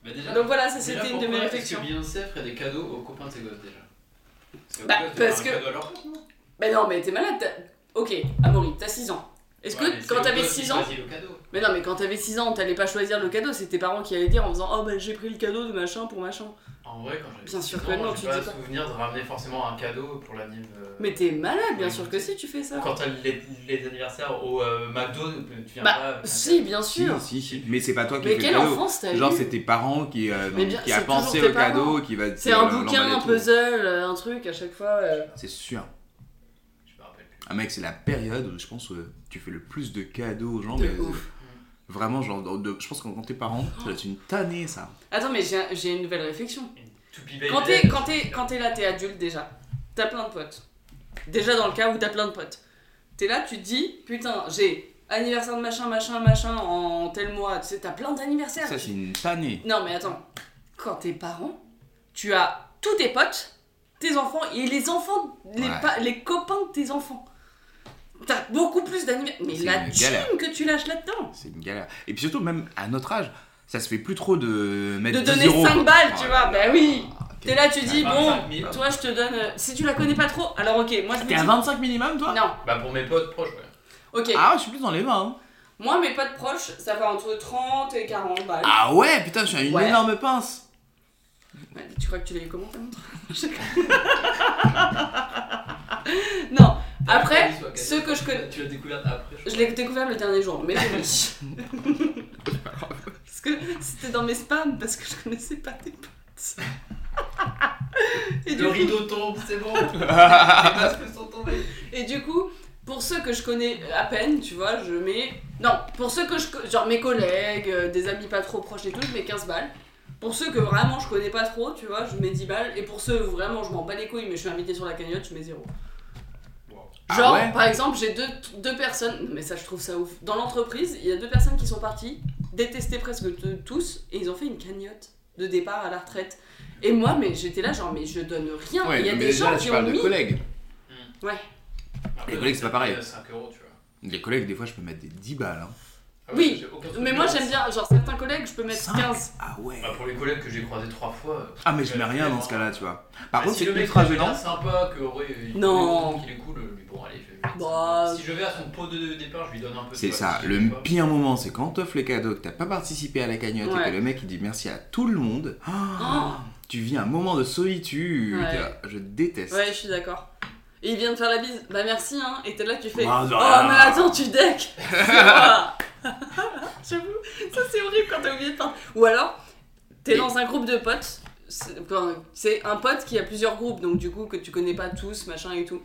Speaker 3: Bah déjà,
Speaker 1: Donc voilà, ça
Speaker 3: déjà,
Speaker 1: c'était une de
Speaker 3: pourquoi
Speaker 1: mes
Speaker 3: est-ce
Speaker 1: réflexions.
Speaker 3: que Beyoncé ferait des cadeaux aux copains de ses gosses déjà Parce que
Speaker 1: Bah,
Speaker 3: aux gosses, de faire
Speaker 1: parce
Speaker 3: un
Speaker 1: que-
Speaker 3: cadeau à leur-
Speaker 1: Mais non, mais t'es malade. t'as- Ok, Amaury, t'as 6 ans. Est-ce
Speaker 3: Ouais, mais
Speaker 1: que
Speaker 3: c'est
Speaker 1: quand
Speaker 3: le
Speaker 1: t'avais
Speaker 3: gosse qui
Speaker 1: 6 ans.
Speaker 3: choisit le cadeau.
Speaker 1: Mais non, mais quand t'avais 6 ans, t'allais pas choisir le cadeau, c'est tes parents qui allaient dire en faisant Oh bah j'ai pris le cadeau de machin pour machin.
Speaker 3: En vrai, quand j'avais
Speaker 1: Bien
Speaker 3: 6
Speaker 1: sûr
Speaker 3: ans,
Speaker 1: que non,
Speaker 3: j'ai
Speaker 1: tu
Speaker 3: pas
Speaker 1: dis pas.
Speaker 3: souvenir de ramener forcément un cadeau pour la mime. euh,
Speaker 1: Mais t'es malade, bien
Speaker 3: Oui.
Speaker 1: sûr que si tu fais ça.
Speaker 3: Quand t'as les, les anniversaires au euh, McDo, tu viens
Speaker 1: Bah,
Speaker 3: pas. euh, avec un
Speaker 1: Si, bien sûr.
Speaker 2: Si, si, si. Mais c'est pas toi qui
Speaker 1: Mais
Speaker 2: fais
Speaker 1: quelle
Speaker 2: le cadeau.
Speaker 1: enfance t'as
Speaker 2: Genre,
Speaker 1: eu
Speaker 2: c'est tes parents qui, euh,
Speaker 1: Mais bien-
Speaker 2: qui a
Speaker 1: c'est toujours
Speaker 2: pensé
Speaker 1: tes
Speaker 2: au
Speaker 1: parents.
Speaker 2: cadeau, qui va.
Speaker 1: C'est un
Speaker 2: euh,
Speaker 1: bouquin,
Speaker 2: l'emballer
Speaker 1: un
Speaker 2: tout.
Speaker 1: puzzle, euh, un truc à chaque fois. euh.
Speaker 2: C'est sûr.
Speaker 3: cadeau. Je me rappelle plus.
Speaker 2: Ah mec, c'est la période où je pense euh, tu fais le plus de cadeaux aux gens.
Speaker 1: De
Speaker 2: mais, euh,
Speaker 1: ouf.
Speaker 2: Vraiment, genre, de- de- je pense qu'en tant que tes parents, ça doit être une tannée, ça.
Speaker 1: Attends, mais j'ai j'ai une nouvelle réflexion.
Speaker 3: Une to be
Speaker 1: Quand
Speaker 3: baby.
Speaker 1: t'es, quand, t'es, quand t'es là, t'es adulte déjà. T'as plein de potes. Déjà dans le cas où t'as plein de potes. T'es là, tu te dis, putain, j'ai anniversaire de machin, machin, machin en tel mois. Tu sais, t'as plein d'anniversaires.
Speaker 2: Ça, c'est une tannée.
Speaker 1: Non, mais attends. Quand t'es parent, tu as tous tes potes, tes enfants et les enfants, les,
Speaker 2: Ouais.
Speaker 1: pa- les copains de tes enfants. T'as beaucoup plus d'anniversaires. Mais
Speaker 2: C'est
Speaker 1: la
Speaker 2: une galère.
Speaker 1: thune que tu lâches là-dedans.
Speaker 2: C'est une galère. Et puis surtout, même à notre âge, ça se fait plus trop de
Speaker 1: De
Speaker 2: mettre 10
Speaker 1: donner
Speaker 2: euros,
Speaker 1: 5
Speaker 2: quoi.
Speaker 1: balles, tu
Speaker 2: Ah,
Speaker 1: vois. Bah oui.
Speaker 2: ah, ok.
Speaker 1: T'es là, tu dis,
Speaker 3: Ah,
Speaker 1: bon,
Speaker 3: 25 000.
Speaker 1: toi je te donne. euh, Si tu la connais pas trop, alors ok, moi je vous
Speaker 2: T'es à
Speaker 1: dis.
Speaker 2: 25 minimum, toi
Speaker 1: Non,
Speaker 3: Bah, pour mes potes proches, ouais.
Speaker 1: ok.
Speaker 2: Ah, je suis plus dans les mains.
Speaker 1: Moi, mes potes proches, ça va entre 30 et 40 balles.
Speaker 2: Ah ouais, putain, je suis à une
Speaker 1: Ouais.
Speaker 2: énorme pince.
Speaker 1: Ouais, tu crois que tu l'as eu comment ta <laughs> montre Non, après,
Speaker 3: Soit cadeau,
Speaker 1: ceux que je connais.
Speaker 3: Tu l'as découvert après, je
Speaker 1: Je l'ai découvert le dernier jour, mais
Speaker 3: <laughs>
Speaker 1: oui. parce que c'était dans mes spams, parce que je connaissais pas tes potes. et, du
Speaker 3: Le
Speaker 1: coup,
Speaker 3: rideau tombe, c'est
Speaker 1: <laughs>
Speaker 3: bon. Les masques sont tombés.
Speaker 1: et du coup, pour ceux que je connais à peine, tu vois, je mets. Non, pour ceux que je. co- Genre mes collègues, euh, des amis pas trop proches et tout, je mets 15 balles. Pour ceux que vraiment je connais pas trop, tu vois, je mets 10 balles. Et pour ceux où vraiment je m'en bats les couilles, mais je suis invité sur la cagnotte, je mets 0.
Speaker 3: Wow.
Speaker 2: Ah
Speaker 1: Genre,
Speaker 2: ouais
Speaker 1: par exemple, j'ai deux, deux personnes, non, mais ça je trouve ça ouf. Dans l'entreprise, il y a deux personnes qui sont parties, détestées presque t- tous, et ils ont fait une cagnotte de départ à la retraite. Et moi, mais j'étais là, genre, mais je donne rien. il y a
Speaker 2: mais
Speaker 1: des gens
Speaker 2: là,
Speaker 1: qui
Speaker 2: tu
Speaker 1: ont
Speaker 2: parles de
Speaker 1: mis.
Speaker 2: collègues.
Speaker 1: Ouais.
Speaker 3: Après,
Speaker 2: collègues, c'est pas pareil.
Speaker 3: euh, 5 euros, tu vois.
Speaker 2: Les collègues, des fois, je peux mettre des 10 balles. hein.
Speaker 3: Ah
Speaker 1: Oui,
Speaker 3: ouais, j'ai aucun
Speaker 1: Mais
Speaker 3: souvenir.
Speaker 1: moi, j'aime bien, genre, certains collègues, je peux mettre
Speaker 2: Cinq.
Speaker 1: 15.
Speaker 2: Ah ouais.
Speaker 3: Bah, pour les collègues que j'ai croisés trois fois. euh,
Speaker 2: Ah, mais je
Speaker 3: ouais,
Speaker 2: mets rien dans ce
Speaker 3: vraiment.
Speaker 2: cas-là, tu vois. Par
Speaker 3: Bah,
Speaker 2: contre,
Speaker 3: si
Speaker 2: c'est
Speaker 3: le mec
Speaker 2: ultra
Speaker 3: est bien
Speaker 2: gênant.
Speaker 3: sympa, que ouais, il-
Speaker 1: Non.
Speaker 3: qu'il est cool, euh, mais bon, allez, je vais-
Speaker 1: Bah.
Speaker 3: Si je vais à son pot de départ, je lui donne un peu de
Speaker 2: C'est
Speaker 3: quoi,
Speaker 2: ça,
Speaker 3: si je sais
Speaker 2: le
Speaker 3: pas.
Speaker 2: pire moment, c'est quand t'offres les cadeaux, que t'as pas participé à la cagnotte
Speaker 1: Ouais.
Speaker 2: et que le mec il dit merci à tout le monde.
Speaker 1: <gasps> Oh.
Speaker 2: Tu vis un moment de solitude,
Speaker 1: Ouais.
Speaker 2: je déteste.
Speaker 1: Ouais, je suis d'accord. Et il vient de faire la bise, bah merci, hein. Et t'es là, tu fais.
Speaker 2: Bah, de
Speaker 1: oh,
Speaker 2: rien.
Speaker 1: mais attends, tu deck C'est moi. <laughs> J'avoue, ça c'est horrible quand t'as oublié de parler. Ou alors, t'es
Speaker 2: Et-
Speaker 1: dans un groupe de potes. C'est enfin, c'est un pote qui a plusieurs groupes, donc du coup, que tu connais pas tous, machin et tout.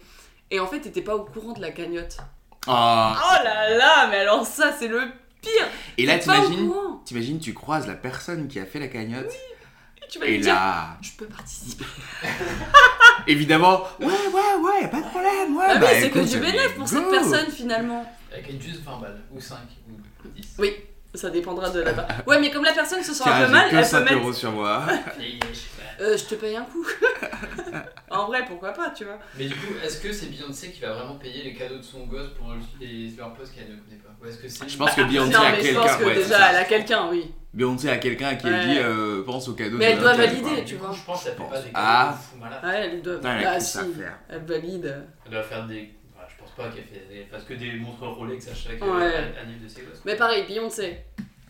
Speaker 1: Et en fait, t'étais pas au courant de la cagnotte.
Speaker 2: Ah.
Speaker 1: Oh là là, mais alors ça, c'est le pire
Speaker 2: Et là,
Speaker 1: T'es pas au
Speaker 2: t'imagines,
Speaker 1: courant.
Speaker 2: t'imagines, tu croises la personne qui a fait la cagnotte
Speaker 1: Tu vas
Speaker 2: et
Speaker 1: lui dire,
Speaker 2: là,
Speaker 1: je peux participer.
Speaker 2: Évidemment, ouais, ouais, ouais, y a pas de problème, ouais.
Speaker 1: Ah
Speaker 2: bah,
Speaker 1: oui, c'est que
Speaker 2: écoute,
Speaker 1: du
Speaker 2: mais
Speaker 1: bénéfice pour cette
Speaker 2: go.
Speaker 1: personne finalement.
Speaker 3: Avec juste 20 balles, ou 5, ou 10.
Speaker 1: Oui, ça dépendra de la
Speaker 2: <laughs>
Speaker 1: part. Ouais, mais comme la personne se sent
Speaker 2: Tiens,
Speaker 1: un peu
Speaker 2: j'ai
Speaker 1: mal,
Speaker 2: que
Speaker 1: elle
Speaker 2: 5
Speaker 1: peut mettre.
Speaker 2: euros sur moi.
Speaker 3: Et je sais pas.
Speaker 1: Euh, je te paye un
Speaker 2: <laughs>
Speaker 1: coup. en vrai, pourquoi pas, tu vois.
Speaker 3: Mais du coup, est-ce que c'est Beyoncé qui va vraiment payer les cadeaux de son gosse pour les, leurs potes qu'elle ne connaît pas Ou est-ce que c'est.
Speaker 2: Je pense que Beyoncé
Speaker 1: Ah, non,
Speaker 2: a
Speaker 1: mais je
Speaker 2: quelqu'un.
Speaker 1: pense que
Speaker 2: ouais, c'est
Speaker 1: déjà,
Speaker 2: ça.
Speaker 1: elle a quelqu'un, oui.
Speaker 2: Beyoncé a quelqu'un à qui elle
Speaker 1: Ouais.
Speaker 2: dit euh, pense au cadeau.
Speaker 1: Mais
Speaker 2: de
Speaker 1: elle doit
Speaker 2: Noël,
Speaker 1: valider,
Speaker 2: quoi.
Speaker 3: Bah, Du
Speaker 1: tu
Speaker 3: coup,
Speaker 1: vois.
Speaker 3: Je pense qu'elle fait pas des cadeaux
Speaker 2: Ah.
Speaker 3: de fou malade.
Speaker 1: Ouais, elle doit.
Speaker 2: Putain, elle a
Speaker 1: bah,
Speaker 2: que
Speaker 1: si,
Speaker 2: ça hein. à faire.
Speaker 1: elle valide.
Speaker 3: Elle doit faire des. Bah, je pense pas qu'elle fait. des- Parce que des montres Rolex à chaque
Speaker 1: Ouais.
Speaker 3: euh, année de ses gosses.
Speaker 1: Mais pareil, Beyoncé.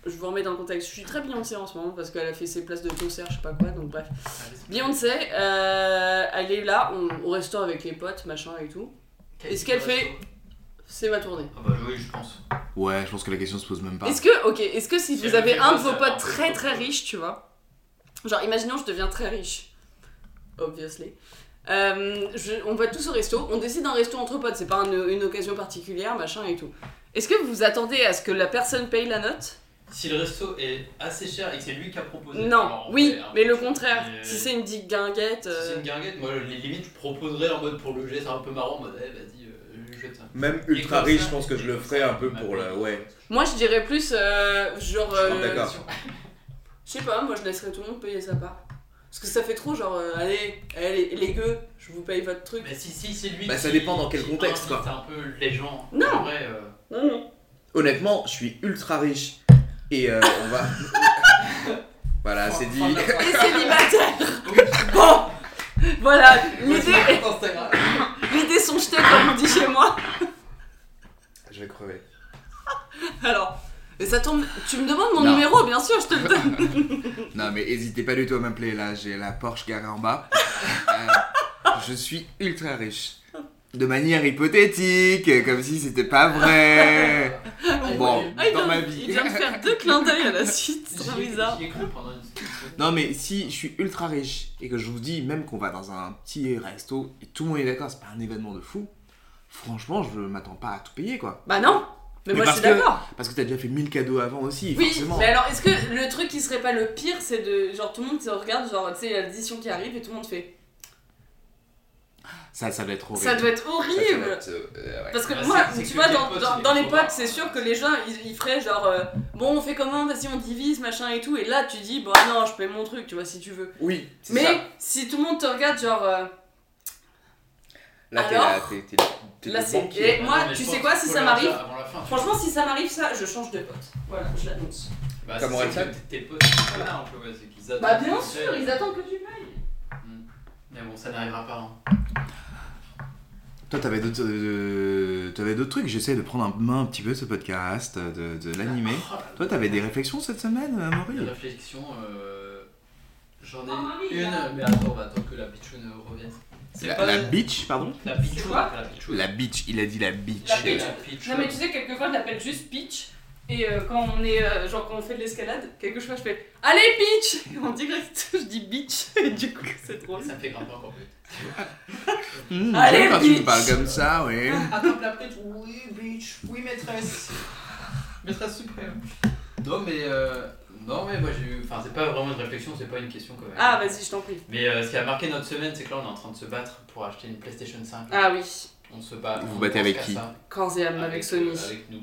Speaker 1: Je vous remets dans le contexte. Je suis très Beyoncé en ce moment parce qu'elle a fait ses places de concert, je sais pas quoi, donc bref.
Speaker 3: Ah,
Speaker 1: Beyoncé, euh, elle est là, on, on restaure avec les potes, machin et tout.
Speaker 3: qu'est-ce
Speaker 1: Est-ce qu'elle
Speaker 3: qu'il reste
Speaker 1: fait- C'est ma tournée.
Speaker 3: Ah bah oui, je pense.
Speaker 2: Ouais, je pense que la question se pose même pas.
Speaker 1: Est-ce que, ok, est-ce que si
Speaker 3: Si
Speaker 1: vous
Speaker 3: elle
Speaker 1: avez
Speaker 3: fait
Speaker 1: un de
Speaker 3: ça,
Speaker 1: vos
Speaker 3: ça
Speaker 1: potes
Speaker 3: marche.
Speaker 1: très très riche, tu vois, genre imaginons je deviens très riche, obviously, Euh, je- on va tous au resto, on décide d'un resto entre potes, c'est pas un- une occasion particulière, machin et tout. Est-ce que vous attendez à ce que la personne paye la note
Speaker 3: Si le resto est assez cher et que c'est lui qui a proposé. alors,
Speaker 1: Non,
Speaker 3: en
Speaker 1: oui,
Speaker 3: vrai, hein,
Speaker 1: mais le contraire.
Speaker 3: Mais-
Speaker 1: Si c'est une digue guinguette,
Speaker 3: Si c'est
Speaker 1: euh,
Speaker 3: une guinguette, moi, les limites, je proposerais en mode pour le geste un peu marrant, en mode, eh, vas-y, euh, je tiens.
Speaker 4: Même
Speaker 3: Et
Speaker 4: ultra
Speaker 3: comme
Speaker 4: riche,
Speaker 3: ça-
Speaker 4: je pense que je
Speaker 3: et
Speaker 4: le
Speaker 3: comme
Speaker 4: ferais
Speaker 3: ça,
Speaker 4: un peu
Speaker 3: ma
Speaker 4: pour la.
Speaker 3: politique.
Speaker 4: Ouais.
Speaker 1: moi je dirais plus euh, genre,
Speaker 4: Je suis
Speaker 1: euh,
Speaker 4: d'accord.
Speaker 1: je sais pas, moi je laisserais tout le monde payer sa part. Parce que ça fait trop genre, euh, allez, allez, les gueux, je vous paye votre truc.
Speaker 3: Mais si, si, c'est lui.
Speaker 4: Bah, ça
Speaker 3: qui-
Speaker 4: dépend dans quel
Speaker 3: qui
Speaker 4: contexte,
Speaker 3: invite
Speaker 4: quoi.
Speaker 3: un peu les gens.
Speaker 1: Non.
Speaker 3: En vrai, euh,
Speaker 1: Non, non.
Speaker 4: Honnêtement, je suis ultra riche. Et euh, on
Speaker 1: <laughs>
Speaker 4: va. voilà, c'est dit.
Speaker 3: fin de la phrase.
Speaker 1: et célibataire. Bon, voilà, l'idée, <laughs>
Speaker 3: Instagram.
Speaker 1: l'idée sont jetées comme on dit chez moi.
Speaker 4: <laughs> Je vais crever.
Speaker 1: Alors, mais ça tombe, tu me demandes mon
Speaker 2: Non.
Speaker 1: numéro, bien sûr, je te le donne.
Speaker 2: Non, mais hésitez pas du tout à m'appeler là, j'ai la Porsche garée en
Speaker 1: <laughs>
Speaker 2: bas. Euh, je suis ultra riche. De manière hypothétique, comme si c'était pas vrai. Bon,
Speaker 1: Ah, il
Speaker 2: dans
Speaker 1: vient-
Speaker 2: ma
Speaker 1: Il
Speaker 2: vie.
Speaker 1: vient de faire deux clins d'œil à la suite, c'est trop
Speaker 3: J'y ai-
Speaker 1: bizarre.
Speaker 3: J'y ai cru pendant une seconde.
Speaker 2: Non, mais si je suis ultra riche et que je vous dis même qu'on va dans un petit resto et tout le monde est d'accord, c'est pas un événement de fou. Franchement, je m'attends pas à tout payer quoi.
Speaker 1: Bah non, mais,
Speaker 2: Mais
Speaker 1: moi je
Speaker 2: parce
Speaker 1: suis
Speaker 2: que-
Speaker 1: d'accord.
Speaker 2: Parce que t'as déjà fait 1000 cadeaux avant aussi,
Speaker 1: Oui,
Speaker 2: forcément.
Speaker 1: mais alors est-ce que le truc qui serait pas le pire, c'est de genre tout le monde se regarde, genre tu sais, il y a l'addition qui arrive et tout le monde fait.
Speaker 2: Ça, ça va être horrible.
Speaker 1: Ça doit être
Speaker 4: Ça, ça va
Speaker 1: horrible.
Speaker 4: être, euh, ouais.
Speaker 1: Parce bah, que
Speaker 3: Ah,
Speaker 1: moi,
Speaker 3: c'est- c'est
Speaker 1: tu
Speaker 3: que
Speaker 1: vois,
Speaker 3: tes
Speaker 1: dans,
Speaker 3: potes,
Speaker 1: dans-
Speaker 3: ils
Speaker 1: dans
Speaker 3: les
Speaker 1: les
Speaker 3: font
Speaker 1: potes,
Speaker 3: pas.
Speaker 1: c'est sûr que les gens, ils, ils feraient genre, euh, bon, on fait comment, vas-y, on divise, machin et tout. Et là, tu dis, bon, ah non, je paye mon truc, tu vois, si tu veux.
Speaker 4: Oui, c'est
Speaker 1: Mais
Speaker 4: ça.
Speaker 1: si tout le monde te regarde, genre, euh,
Speaker 4: Là, t'es
Speaker 1: alors,
Speaker 4: là, t'es- t'es- t'es
Speaker 1: là,
Speaker 4: le
Speaker 1: c'est.
Speaker 4: banquier.
Speaker 1: Et moi,
Speaker 3: Non, mais
Speaker 1: tu
Speaker 3: je
Speaker 1: sais
Speaker 3: pense
Speaker 1: quoi,
Speaker 3: qu'il
Speaker 1: si
Speaker 3: faut
Speaker 1: ça
Speaker 3: le
Speaker 1: m'arrive,
Speaker 3: dire avant la fin.
Speaker 1: franchement, si ça m'arrive, ça, je change de pote. Voilà, je l'annonce.
Speaker 3: Bah,
Speaker 4: Comme
Speaker 3: c'est
Speaker 4: Orelsan.
Speaker 3: que Tes potes ils sont pas là un peu, ouais, c'est qu'ils attendent.
Speaker 1: Bah, bien
Speaker 3: Ouais.
Speaker 1: sûr, ils attendent que tu payes.
Speaker 3: Mais bon, ça n'arrivera pas. hein.
Speaker 2: Toi, t'avais d'autres, euh, t'avais d'autres trucs. J'essaie de prendre en main un petit peu ce podcast, euh, de, de l'animer.
Speaker 3: Oh là là.
Speaker 2: Toi, t'avais des réflexions cette semaine, euh,
Speaker 3: Des
Speaker 2: Amaury
Speaker 3: réflexions, euh, j'en ai
Speaker 1: Oh, mamie,
Speaker 3: une,
Speaker 1: là.
Speaker 3: mais attends, on va attendre que la pitchoune euh, revienne. C'est
Speaker 2: la,
Speaker 3: pas
Speaker 2: la bitch, pardon
Speaker 3: la pitchoune,
Speaker 1: quoi
Speaker 3: pas la pitchoune.
Speaker 2: La bitch, il a dit la bitch.
Speaker 1: La bitch.
Speaker 3: pitchoune.
Speaker 1: Non, mais tu sais, quelquefois, je l'appelle juste Peach. Et euh, quand on est, euh, genre, quand on fait de l'escalade, quelquefois, je fais Allez, Peach Et on dirait que je dis Bitch. <laughs> Et du coup, c'est drôle.
Speaker 3: Ça me fait grimper encore plus.
Speaker 2: Mmh,
Speaker 1: Allez,
Speaker 2: j'aime quand tu
Speaker 1: bitch Ah,
Speaker 2: me parles comme ça, oui.
Speaker 3: Attends, la pitch, oui, bitch, oui, maîtresse. maîtresse suprême. Non, mais, euh, non, mais moi j'ai eu. Enfin, c'est pas vraiment une réflexion, c'est pas une question quand même.
Speaker 1: Ah, vas-y, je t'en prie.
Speaker 3: Mais euh, ce qui a marqué notre semaine, c'est que là, on est en train de se battre pour acheter une PlayStation 5.
Speaker 1: Ah oui,
Speaker 3: On se bat.
Speaker 2: Vous
Speaker 3: on
Speaker 2: battez
Speaker 3: pense
Speaker 2: avec
Speaker 3: qu'à
Speaker 2: qui
Speaker 3: ça.
Speaker 1: corps et âme Ah, avec, Sony.
Speaker 3: euh, avec nous.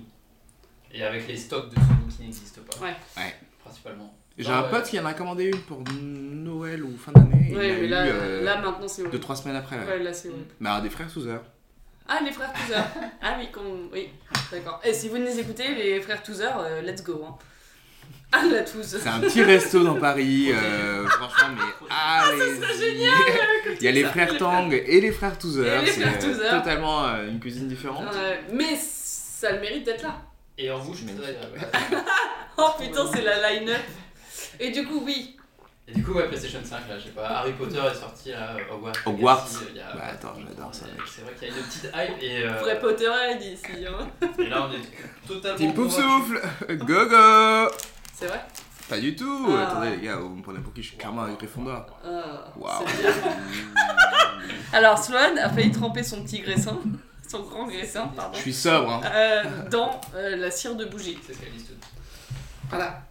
Speaker 3: Et avec les stocks de Sony qui n'existent pas.
Speaker 1: Ouais.
Speaker 2: Ouais.
Speaker 3: Principalement.
Speaker 2: J'ai
Speaker 3: Non,
Speaker 2: un
Speaker 3: ouais.
Speaker 2: pote qui en a commandé une pour Noël ou fin d'année. il
Speaker 1: Ouais,
Speaker 2: l'a
Speaker 1: mais là,
Speaker 2: eu euh,
Speaker 1: là maintenant c'est
Speaker 2: deux,
Speaker 1: horrible.
Speaker 2: trois semaines après. ouais.
Speaker 1: Ouais, là c'est horrible.
Speaker 2: Mais alors, des frères Souzer.
Speaker 1: Ah, les frères
Speaker 2: <laughs>
Speaker 1: Touzer. ah oui, qu'on- oui. D'accord. Et si vous nous écoutez, les frères Touzer, euh, let's go. Hein. Ah, la Touze.
Speaker 2: C'est un petit resto dans
Speaker 1: <laughs>
Speaker 2: Paris, euh, franchement, mais
Speaker 1: Ah,
Speaker 2: allez Il y a les frères Tang et les frères Touzer.
Speaker 1: Et les
Speaker 2: C'est
Speaker 1: frères
Speaker 2: euh,
Speaker 1: Touzer.
Speaker 2: totalement euh, une cuisine différente.
Speaker 1: Ouais, mais ça a le mérite d'être là.
Speaker 3: Et en bouche, c'est
Speaker 2: Magnifique.
Speaker 3: très agréable.
Speaker 1: Oh putain, c'est la line-up. Et du coup, oui.
Speaker 3: Et du coup, ouais, PlayStation 5, là, je sais pas. Harry Potter est sorti là, Hogwarts.
Speaker 2: Hogwarts.
Speaker 3: Legacy, il y a-
Speaker 2: Bah, attends, j'adore ça, mec.
Speaker 3: C'est vrai qu'il y a une petite hype et, euh,
Speaker 1: Vrai Potterhead ici. Hein.
Speaker 3: et là, on est
Speaker 1: Ah,
Speaker 3: totalement.
Speaker 2: Team Pouf
Speaker 3: convaincus.
Speaker 1: <laughs>
Speaker 2: Souffle Go go
Speaker 1: C'est vrai
Speaker 2: Pas du tout
Speaker 1: Ah.
Speaker 2: Attendez, les gars, vous me prenez pour qui Je suis clairement un Gryffondor.
Speaker 1: Ah,
Speaker 2: Waouh
Speaker 1: c'est bien. Alors, Sloane a failli tremper son petit graissin, <laughs> son grand graissin, pardon,
Speaker 2: Je suis sobre,
Speaker 1: Ah,
Speaker 2: hein.
Speaker 1: euh, dans euh, la cire de bougie.
Speaker 3: C'est ce qu'elle dit tout.
Speaker 1: Voilà.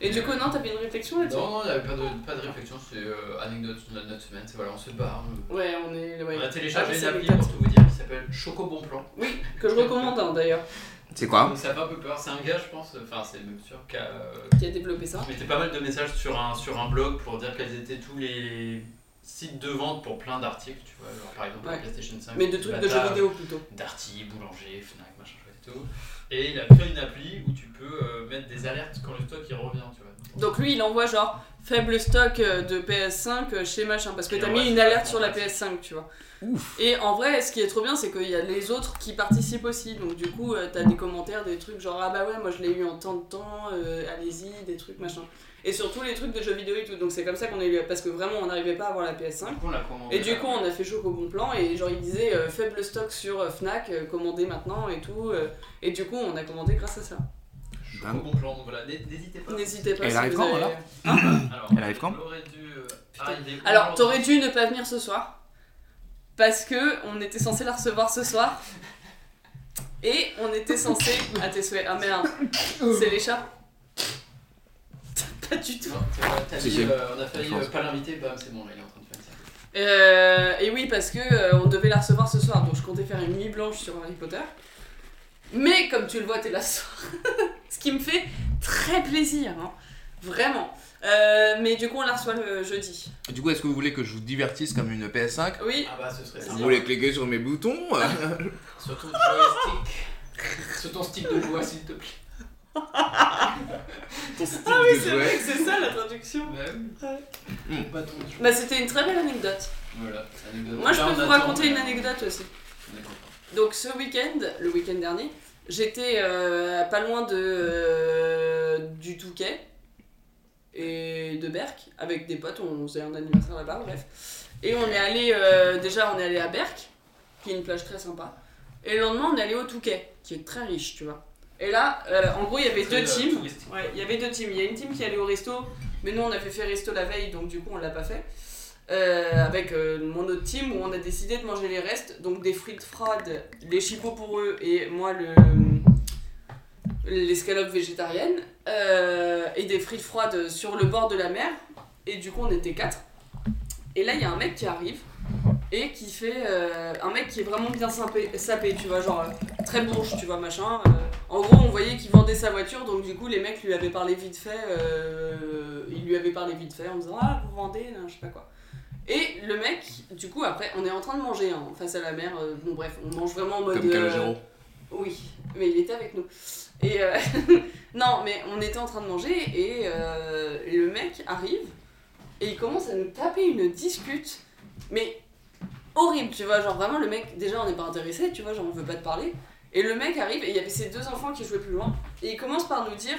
Speaker 1: Et du coup, non, t'avais une réflexion là-dessus
Speaker 3: Non, non, il n'y avait pas de, pas de réflexion, c'est euh, anecdote de notre semaine, c'est voilà, on se barre. on-
Speaker 1: Ouais, on est. ouais.
Speaker 3: On a téléchargé
Speaker 1: Ah,
Speaker 3: une
Speaker 1: ça
Speaker 3: appli
Speaker 1: m'étonne.
Speaker 3: pour tout vous dire qui s'appelle Choco Bon Plan.
Speaker 1: Oui, que je recommande hein, d'ailleurs,
Speaker 4: C'est quoi
Speaker 3: Donc ça fait un peu peur, c'est un gars, je pense, enfin, c'est même sûr qu'à.
Speaker 1: qui a développé ça.
Speaker 3: Je mettais euh, pas mal de messages sur un, sur un blog pour dire quels étaient tous les sites de vente pour plein d'articles, tu vois, genre par exemple la
Speaker 1: Ouais.
Speaker 3: PlayStation 5.
Speaker 1: Mais de trucs de jeux
Speaker 3: Bata,
Speaker 1: vidéo plutôt.
Speaker 3: Darty, boulanger, Fnac, machin chouette et tout. Et il a créé une appli où tu peux euh, mettre des alertes quand le stock il revient, tu vois.
Speaker 1: Donc lui, il envoie genre faible stock euh, de PS5 euh, chez machin, parce que
Speaker 3: Et
Speaker 1: t'as
Speaker 3: ouais,
Speaker 1: mis
Speaker 3: c'est
Speaker 1: une
Speaker 3: pas
Speaker 1: alerte
Speaker 3: bon,
Speaker 1: sur la
Speaker 3: ouais.
Speaker 1: PS5, tu vois. Et en vrai, ce qui est trop bien, c'est qu'il y a les autres qui participent aussi. Donc du coup, euh, t'as des commentaires, des trucs genre ah bah ouais, moi je l'ai eu en tant de temps, euh, allez-y, des trucs machin. Et surtout les trucs de jeux vidéo et tout. Donc c'est comme ça qu'on est parce que vraiment, on n'arrivait pas à avoir la PS5.
Speaker 3: Du coup, on l'a commandé.
Speaker 1: Et du coup, on a fait choc au bon plan et genre il disait euh, faible stock sur euh, Fnac, euh, commandez maintenant et tout. euh, et du coup, on a commandé grâce à ça.
Speaker 3: Choco Bon Plan, donc voilà, n'hé- n'hésitez pas.
Speaker 1: N'hésitez pas.
Speaker 2: Elle
Speaker 1: si
Speaker 2: arrive
Speaker 1: vous
Speaker 2: quand,
Speaker 1: avez-
Speaker 2: alors
Speaker 3: Alors,
Speaker 4: Elle arrive quand
Speaker 3: il aurait dû euh, arriver
Speaker 1: Alors,
Speaker 3: aujourd'hui.
Speaker 1: t'aurais dû ne pas venir ce soir parce que on était censé la recevoir ce soir et on était censé à tes souhaits. Ah
Speaker 2: <laughs>
Speaker 1: merde,
Speaker 2: Oh.
Speaker 1: c'est les chats. pas du tout.
Speaker 3: Non, c'est vrai, t'as
Speaker 4: Si,
Speaker 3: dit,
Speaker 4: si.
Speaker 3: euh, on a failli
Speaker 4: Je pense.
Speaker 3: euh, pas l'inviter, bam, c'est bon, là, il est en train de faire ça.
Speaker 1: Euh, et oui, parce que euh, on devait la recevoir ce soir, donc je comptais faire une nuit blanche sur Harry Potter. Mais comme tu le vois, t'es là ce soir. <laughs> ce qui me fait très plaisir, hein. vraiment. Euh, mais du coup, on la reçoit le jeudi.
Speaker 4: Du coup, est-ce que vous voulez que je vous divertisse comme une PS5
Speaker 1: Oui,
Speaker 3: Ah bah, ce serait
Speaker 4: Vous
Speaker 3: sympa.
Speaker 4: voulez cliquer sur mes boutons euh,
Speaker 1: Ah,
Speaker 3: Sur ton joystick. Sur ton stick de joie, s'il te plaît.
Speaker 4: Ah
Speaker 1: oui c'est vrai que c'est ça la traduction.
Speaker 3: Même.
Speaker 4: Hmm.
Speaker 3: Pas ton joie.
Speaker 1: Bah, c'était une très belle anecdote.
Speaker 3: Voilà, c'est une anecdote.
Speaker 1: Moi, je
Speaker 3: Là,
Speaker 1: peux
Speaker 3: on
Speaker 1: vous
Speaker 3: attend,
Speaker 1: raconter
Speaker 3: mais-
Speaker 1: une anecdote aussi.
Speaker 3: On est content.
Speaker 1: Donc ce week-end, le week-end dernier, j'étais euh, pas loin de euh, du Touquet et de Berck avec des potes. On faisait un anniversaire là-bas, bref. Et on est allé euh, déjà, on est allé à Berck, qui est une plage très sympa. Et le lendemain, on est allé au Touquet, qui est très riche, tu vois. Et là, euh, en gros, il y avait
Speaker 3: Très,
Speaker 1: deux
Speaker 3: euh,
Speaker 1: teams.
Speaker 3: touristique.
Speaker 1: Ouais, il y avait deux teams. Il y a une team qui allait au resto, mais nous on avait fait resto la veille, donc du coup on l'a pas fait. Euh, avec euh, mon autre team où on a décidé de manger les restes, donc des frites froides, les chipots pour eux et moi le l'escalope végétarienne euh, et des frites froides sur le bord de la mer. Et du coup on était quatre. Et là il y a un mec qui arrive et qui fait euh, un mec qui est vraiment bien sapé, sapé tu vois, genre euh, très bourge, tu vois, machin. euh. en gros, on voyait qu'il vendait sa voiture, donc du coup, les mecs lui avaient parlé vite fait, euh, ils lui avaient parlé vite fait en disant Ah, vous vendez, non, je sais pas quoi. Et le mec, du coup, après, on est en train de manger hein, face à la mer, euh, bon, bref, on mange vraiment en mode.
Speaker 4: Comme
Speaker 1: euh,
Speaker 4: Calogero.
Speaker 1: oui, mais il était avec nous. Et euh, <laughs> non, mais on était en train de manger et euh, le mec arrive et il commence à nous taper une discute, mais horrible, tu vois. Genre vraiment, le mec, déjà on n'est pas intéressé, tu vois, genre on veut pas te parler. Et le mec arrive et il y avait ses deux enfants qui jouaient plus loin et il commence par nous dire.